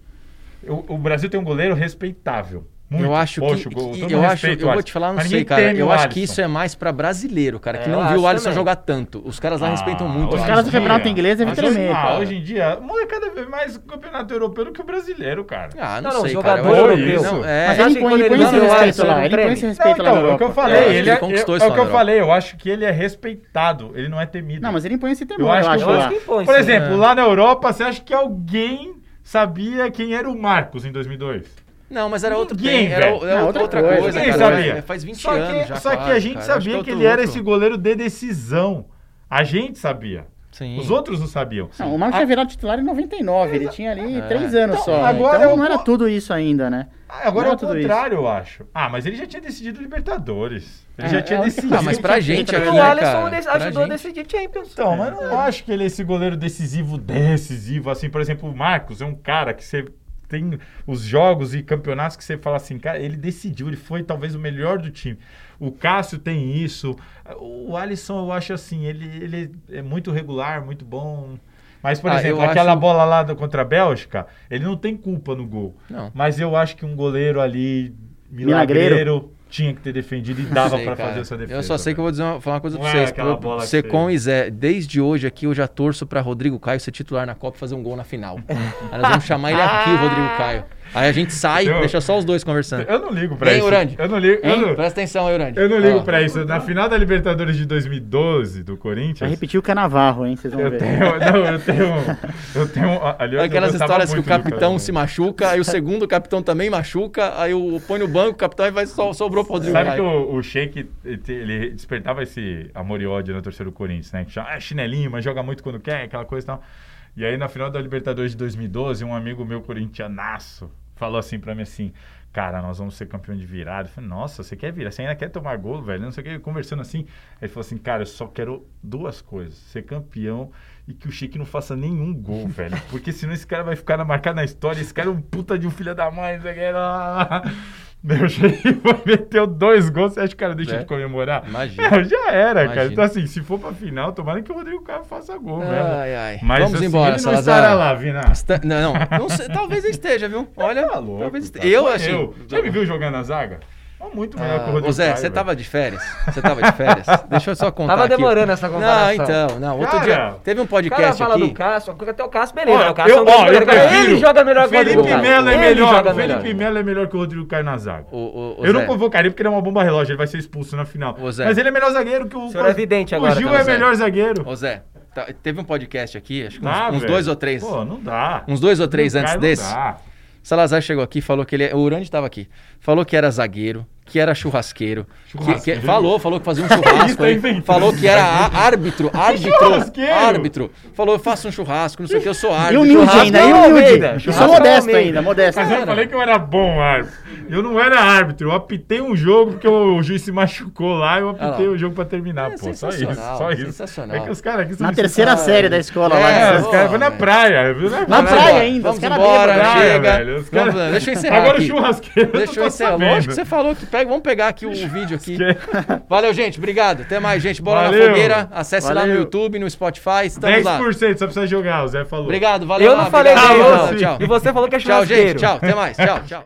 Speaker 2: Eu- o Brasil tem um goleiro respeitável. Muito.
Speaker 1: Eu acho que.
Speaker 2: Poxa, o go-
Speaker 1: que-
Speaker 2: todo
Speaker 1: eu acho,
Speaker 2: respeito
Speaker 1: eu vou
Speaker 2: ao Alisson.
Speaker 1: te falar, não
Speaker 2: Mas
Speaker 1: sei,
Speaker 2: ninguém
Speaker 1: cara.
Speaker 2: teme
Speaker 1: Eu
Speaker 2: o
Speaker 1: acho que
Speaker 2: Alisson.
Speaker 1: isso é mais pra brasileiro, cara, que
Speaker 4: É,
Speaker 1: não
Speaker 4: eu
Speaker 1: viu o
Speaker 4: acho
Speaker 1: Alisson
Speaker 4: também.
Speaker 1: jogar tanto. Os caras lá
Speaker 2: Ah,
Speaker 1: respeitam muito. o é
Speaker 2: hoje em
Speaker 3: Os
Speaker 1: Alisson.
Speaker 3: caras do
Speaker 2: dia-
Speaker 3: campeonato inglês devem
Speaker 2: hoje em-
Speaker 3: tremer,
Speaker 2: Ah,
Speaker 3: cara.
Speaker 2: hoje em dia, a molecada vê mais o campeonato europeu do que o brasileiro, cara.
Speaker 1: Ah, não,
Speaker 4: Não, não,
Speaker 1: sei,
Speaker 4: jogador
Speaker 1: cara. eu acho-
Speaker 2: europeu.
Speaker 1: Não, é,
Speaker 3: Mas
Speaker 4: Eu acho
Speaker 3: ele
Speaker 4: que
Speaker 3: põe,
Speaker 4: quando
Speaker 3: ele põe
Speaker 4: ele
Speaker 3: esse
Speaker 4: não
Speaker 3: respeito
Speaker 4: é o
Speaker 3: lá, ele
Speaker 4: Alisson,
Speaker 3: põe
Speaker 4: treme.
Speaker 3: esse
Speaker 4: Não,
Speaker 2: Não,
Speaker 3: respeito lá na
Speaker 2: então, é o que eu
Speaker 3: Europa.
Speaker 2: falei,
Speaker 1: Eu acho que
Speaker 2: ele
Speaker 1: ele
Speaker 2: é,
Speaker 1: conquistou
Speaker 2: é-
Speaker 1: isso
Speaker 2: é
Speaker 1: lá
Speaker 2: o que
Speaker 1: na
Speaker 2: eu
Speaker 1: Europa.
Speaker 2: falei, eu acho que ele é respeitado, ele não é temido.
Speaker 3: Não, mas ele põe esse temor,
Speaker 2: Eu
Speaker 3: eu
Speaker 2: acho que
Speaker 3: acho,
Speaker 4: Eu
Speaker 2: eu
Speaker 3: lá.
Speaker 4: acho que impõe.
Speaker 2: Por
Speaker 4: sim.
Speaker 2: exemplo,
Speaker 1: É.
Speaker 2: lá na Europa, você acha que alguém sabia quem era o Marcos em 2002?
Speaker 1: Não, mas era outro
Speaker 2: Ninguém,
Speaker 1: tempo, era,
Speaker 2: velho.
Speaker 1: era
Speaker 3: Não,
Speaker 1: outra,
Speaker 3: outra
Speaker 1: coisa,
Speaker 3: coisa,
Speaker 1: cara.
Speaker 2: Ninguém
Speaker 3: cara,
Speaker 2: sabia.
Speaker 1: É, Faz 20
Speaker 2: só que,
Speaker 1: anos já.
Speaker 2: Só que a
Speaker 1: quase,
Speaker 2: gente
Speaker 1: cara,
Speaker 2: sabia
Speaker 1: acho
Speaker 2: que
Speaker 1: é
Speaker 2: ele
Speaker 1: outro
Speaker 2: era
Speaker 1: outro.
Speaker 2: esse goleiro de decisão. A gente sabia.
Speaker 1: Sim.
Speaker 2: Os outros não sabiam.
Speaker 3: Não, o Marcos tinha virado titular em 99, ele tinha ali três anos
Speaker 2: Então,
Speaker 3: só.
Speaker 2: agora eu
Speaker 3: então não era
Speaker 2: vou-
Speaker 3: tudo isso ainda, né?
Speaker 2: Ah, Agora
Speaker 3: Não
Speaker 2: é
Speaker 3: é
Speaker 2: o
Speaker 3: tudo isso.
Speaker 2: contrário, eu acho. Ah, mas ele já tinha decidido Libertadores. Ele
Speaker 3: É,
Speaker 2: já
Speaker 3: é
Speaker 2: tinha
Speaker 3: a única
Speaker 2: decidido.
Speaker 1: Ah, mas pra gente aqui,
Speaker 4: E
Speaker 1: né,
Speaker 4: o Alisson
Speaker 1: cara?
Speaker 4: de-
Speaker 1: Pra
Speaker 4: ajudou a
Speaker 1: gente.
Speaker 4: decidir Champions.
Speaker 2: Então, mas não acho que ele é esse goleiro decisivo, decisivo, assim. Por exemplo, o Marcos é um cara que você tem os jogos e campeonatos que você fala assim, cara, ele decidiu, ele foi talvez o melhor do time. O Cássio tem isso. O Alisson, eu acho assim, ele, ele é muito regular, muito bom. Mas, por
Speaker 1: Ah,
Speaker 2: exemplo,
Speaker 1: eu
Speaker 2: aquela
Speaker 1: acho-
Speaker 2: bola lá do- contra a Bélgica, ele não tem culpa no gol.
Speaker 1: Não.
Speaker 2: Mas eu acho que um goleiro ali, milagreiro,
Speaker 3: Milagreiro.
Speaker 2: tinha que ter defendido e dava
Speaker 1: Sei,
Speaker 2: pra
Speaker 1: cara.
Speaker 2: fazer essa defesa.
Speaker 1: Eu só sei que eu vou dizer uma, falar uma coisa pra
Speaker 2: Não é
Speaker 1: vocês.
Speaker 2: aquela bola que
Speaker 1: Secom
Speaker 2: você-
Speaker 1: e Zé, desde hoje aqui eu já torço pra Rodrigo Caio ser titular na Copa e fazer um gol na final. Aí nós vamos chamar ele aqui, o Rodrigo Caio. Aí a gente sai,
Speaker 2: Ah! Eu-
Speaker 1: deixa só os dois conversando.
Speaker 2: Eu não ligo pra
Speaker 1: Hein,
Speaker 2: isso.
Speaker 1: Urandi?
Speaker 2: Eu não ligo. Eu
Speaker 1: Hein?
Speaker 2: não,
Speaker 1: Presta atenção aí, Urandi.
Speaker 2: eu não ligo
Speaker 1: Ó.
Speaker 2: pra isso. Na final da Libertadores de 2012 do
Speaker 3: Vai
Speaker 2: Corinthians.
Speaker 3: repetir o Canavarro, hein? Vocês vão
Speaker 2: Eu
Speaker 3: ver.
Speaker 2: tenho, não, eu tenho. Eu tenho. Ali eu
Speaker 1: Aquelas
Speaker 2: gostava
Speaker 1: histórias que o
Speaker 2: muito do
Speaker 1: capitão
Speaker 2: Canavarro.
Speaker 1: se machuca, aí o segundo capitão também machuca, aí o põe no banco, o capitão e vai só, sobrou pro Rodrigo
Speaker 2: Sabe que
Speaker 1: Caio.
Speaker 2: o, o Sheik, ele despertava esse amor e ódio na torcida do Corinthians, né? Que chama, ah, chinelinho, mas joga muito quando quer, aquela coisa e tal. E aí, na final da Libertadores de 2012, um amigo meu corintianaço falou assim pra mim assim, cara, nós vamos ser campeão de virada. Eu falei, nossa, você quer virar? Você ainda quer tomar gol, velho? Não sei o que, conversando assim. Aí ele falou assim, cara, eu só quero duas coisas, ser campeão e que o Sheik não faça nenhum gol, velho. Porque senão esse cara vai ficar na- marcado na história, esse cara é um puta de um filho da mãe, não sei o que, lá, lá, lá." Meu, o Sheik meteu dois gols, você acha que o cara deixa
Speaker 1: É.
Speaker 2: de comemorar?
Speaker 1: Imagina.
Speaker 2: É, já era, cara.
Speaker 1: Imagina.
Speaker 2: Então, assim, se for pra final, tomara que o Rodrigo Caio faça gol, velho.
Speaker 1: Ai, ai.
Speaker 2: Mas
Speaker 1: Vamos
Speaker 2: assim,
Speaker 1: embora,
Speaker 2: ele não
Speaker 1: Salazar.
Speaker 2: estará lá, Vina.
Speaker 1: Está- Não, não, não sei, talvez eu esteja, viu? Olha,
Speaker 2: Tá louco,
Speaker 1: talvez este-
Speaker 2: cara.
Speaker 1: eu
Speaker 2: Foi
Speaker 1: achei.
Speaker 2: Já me viu jogando na zaga? Mas Muito melhor que o
Speaker 1: Ah,
Speaker 2: Rodrigo
Speaker 1: ô Zé,
Speaker 2: Caio,
Speaker 1: você
Speaker 2: velho.
Speaker 1: tava de férias? Você tava de férias? Deixa eu só contar
Speaker 4: Tava
Speaker 1: aqui.
Speaker 4: demorando essa
Speaker 1: Não,
Speaker 4: comparação.
Speaker 1: então, não. Outro
Speaker 2: Cara,
Speaker 1: dia, teve um
Speaker 4: O cara
Speaker 1: podcast
Speaker 4: fala
Speaker 1: aqui.
Speaker 4: do Cássio, até o Cássio, beleza.
Speaker 2: Ó,
Speaker 4: o Cássio é um
Speaker 2: eu-
Speaker 4: grande
Speaker 2: ó, eu
Speaker 4: goleiro, cara,
Speaker 2: prefiro.
Speaker 4: ele joga melhor que o Rodrigo
Speaker 2: Felipe
Speaker 4: Caio.
Speaker 2: Melo é
Speaker 4: Ele
Speaker 2: melhor.
Speaker 4: joga melhor.
Speaker 2: Felipe Melo é melhor que o Rodrigo Caio na zaga.
Speaker 1: O, o, o Zé,
Speaker 2: eu não convocaria porque ele é uma bomba relógio, ele vai ser expulso na final.
Speaker 1: Ô,
Speaker 2: Mas
Speaker 1: Zé.
Speaker 2: ele é melhor zagueiro que o.
Speaker 4: senhor é vidente agora
Speaker 2: O Gil
Speaker 4: também,
Speaker 2: é
Speaker 1: Zé.
Speaker 2: melhor zagueiro.
Speaker 1: Ô Zé, tá- teve um podcast aqui, acho que uns,
Speaker 2: Dá,
Speaker 1: uns
Speaker 2: Ah, velho.
Speaker 1: dois ou três.
Speaker 2: Pô, não dá.
Speaker 1: Uns dois ou três
Speaker 2: Caio
Speaker 1: antes
Speaker 2: não
Speaker 1: desse.
Speaker 2: dá.
Speaker 1: Salazar chegou aqui e falou que ele é. O Urandi estava aqui. Falou que era zagueiro, que era churrasqueiro. que- Que,
Speaker 2: Churrasqueiro?
Speaker 1: falou, falou que fazia um churrasco
Speaker 2: tá
Speaker 1: aí.
Speaker 2: inventando.
Speaker 1: Falou que era á- árbitro, árbitro,
Speaker 2: Churrasqueiro?
Speaker 1: árbitro. Falou, eu faço um churrasco, não sei o que, eu sou
Speaker 3: E
Speaker 1: árbitro.
Speaker 3: humilde
Speaker 1: churrasco.
Speaker 3: ainda, e
Speaker 4: Almeida.
Speaker 3: humilde. E sou
Speaker 4: Churrasco
Speaker 3: modesto
Speaker 4: Almeida.
Speaker 3: ainda, modesto.
Speaker 2: Mas é- eu falei que eu era bom árbitro. Eu não era árbitro. Eu apitei um jogo porque o, o juiz se machucou lá. Eu apitei
Speaker 1: lá.
Speaker 2: o jogo pra
Speaker 1: É
Speaker 2: terminar, pô. Só isso.
Speaker 1: sensacional,
Speaker 2: Só isso.
Speaker 1: sensacional.
Speaker 2: É que os caras aqui são
Speaker 3: Na
Speaker 2: viciados.
Speaker 3: terceira série da escola lá.
Speaker 1: É,
Speaker 2: É,
Speaker 3: cara.
Speaker 2: os caras
Speaker 1: Pô,
Speaker 2: vão na
Speaker 1: velho.
Speaker 2: praia. viu? Na
Speaker 3: Na
Speaker 1: Vamos
Speaker 3: praia
Speaker 1: embora,
Speaker 3: ainda, os
Speaker 1: Vamos
Speaker 3: caras
Speaker 1: embora,
Speaker 3: bêbados.
Speaker 2: Praia,
Speaker 1: chega.
Speaker 2: velho, os
Speaker 1: Vamos-
Speaker 2: caras-
Speaker 1: Deixa eu encerrar
Speaker 2: Agora o
Speaker 1: aqui.
Speaker 2: churrasqueiro.
Speaker 1: Deixa eu encerrar. Lógico que você tá falou que pega. Vamos pegar aqui o, o vídeo aqui. Valeu, gente. Obrigado. Até mais, gente. Bola na
Speaker 2: Valeu.
Speaker 1: fogueira. Acesse lá no
Speaker 3: Valeu.
Speaker 1: YouTube, no Spotify. Estamos lá.
Speaker 2: 10% só precisa jogar, o Zé falou.
Speaker 1: Obrigado, valeu.
Speaker 4: Eu
Speaker 1: lá,
Speaker 4: não falei
Speaker 1: obrigado,
Speaker 2: nada,
Speaker 4: ganhou,
Speaker 1: Tchau.
Speaker 4: e você falou que é
Speaker 1: Tchau,
Speaker 4: churrasqueiro.
Speaker 1: gente. Tchau. Até mais. Tchau, tchau.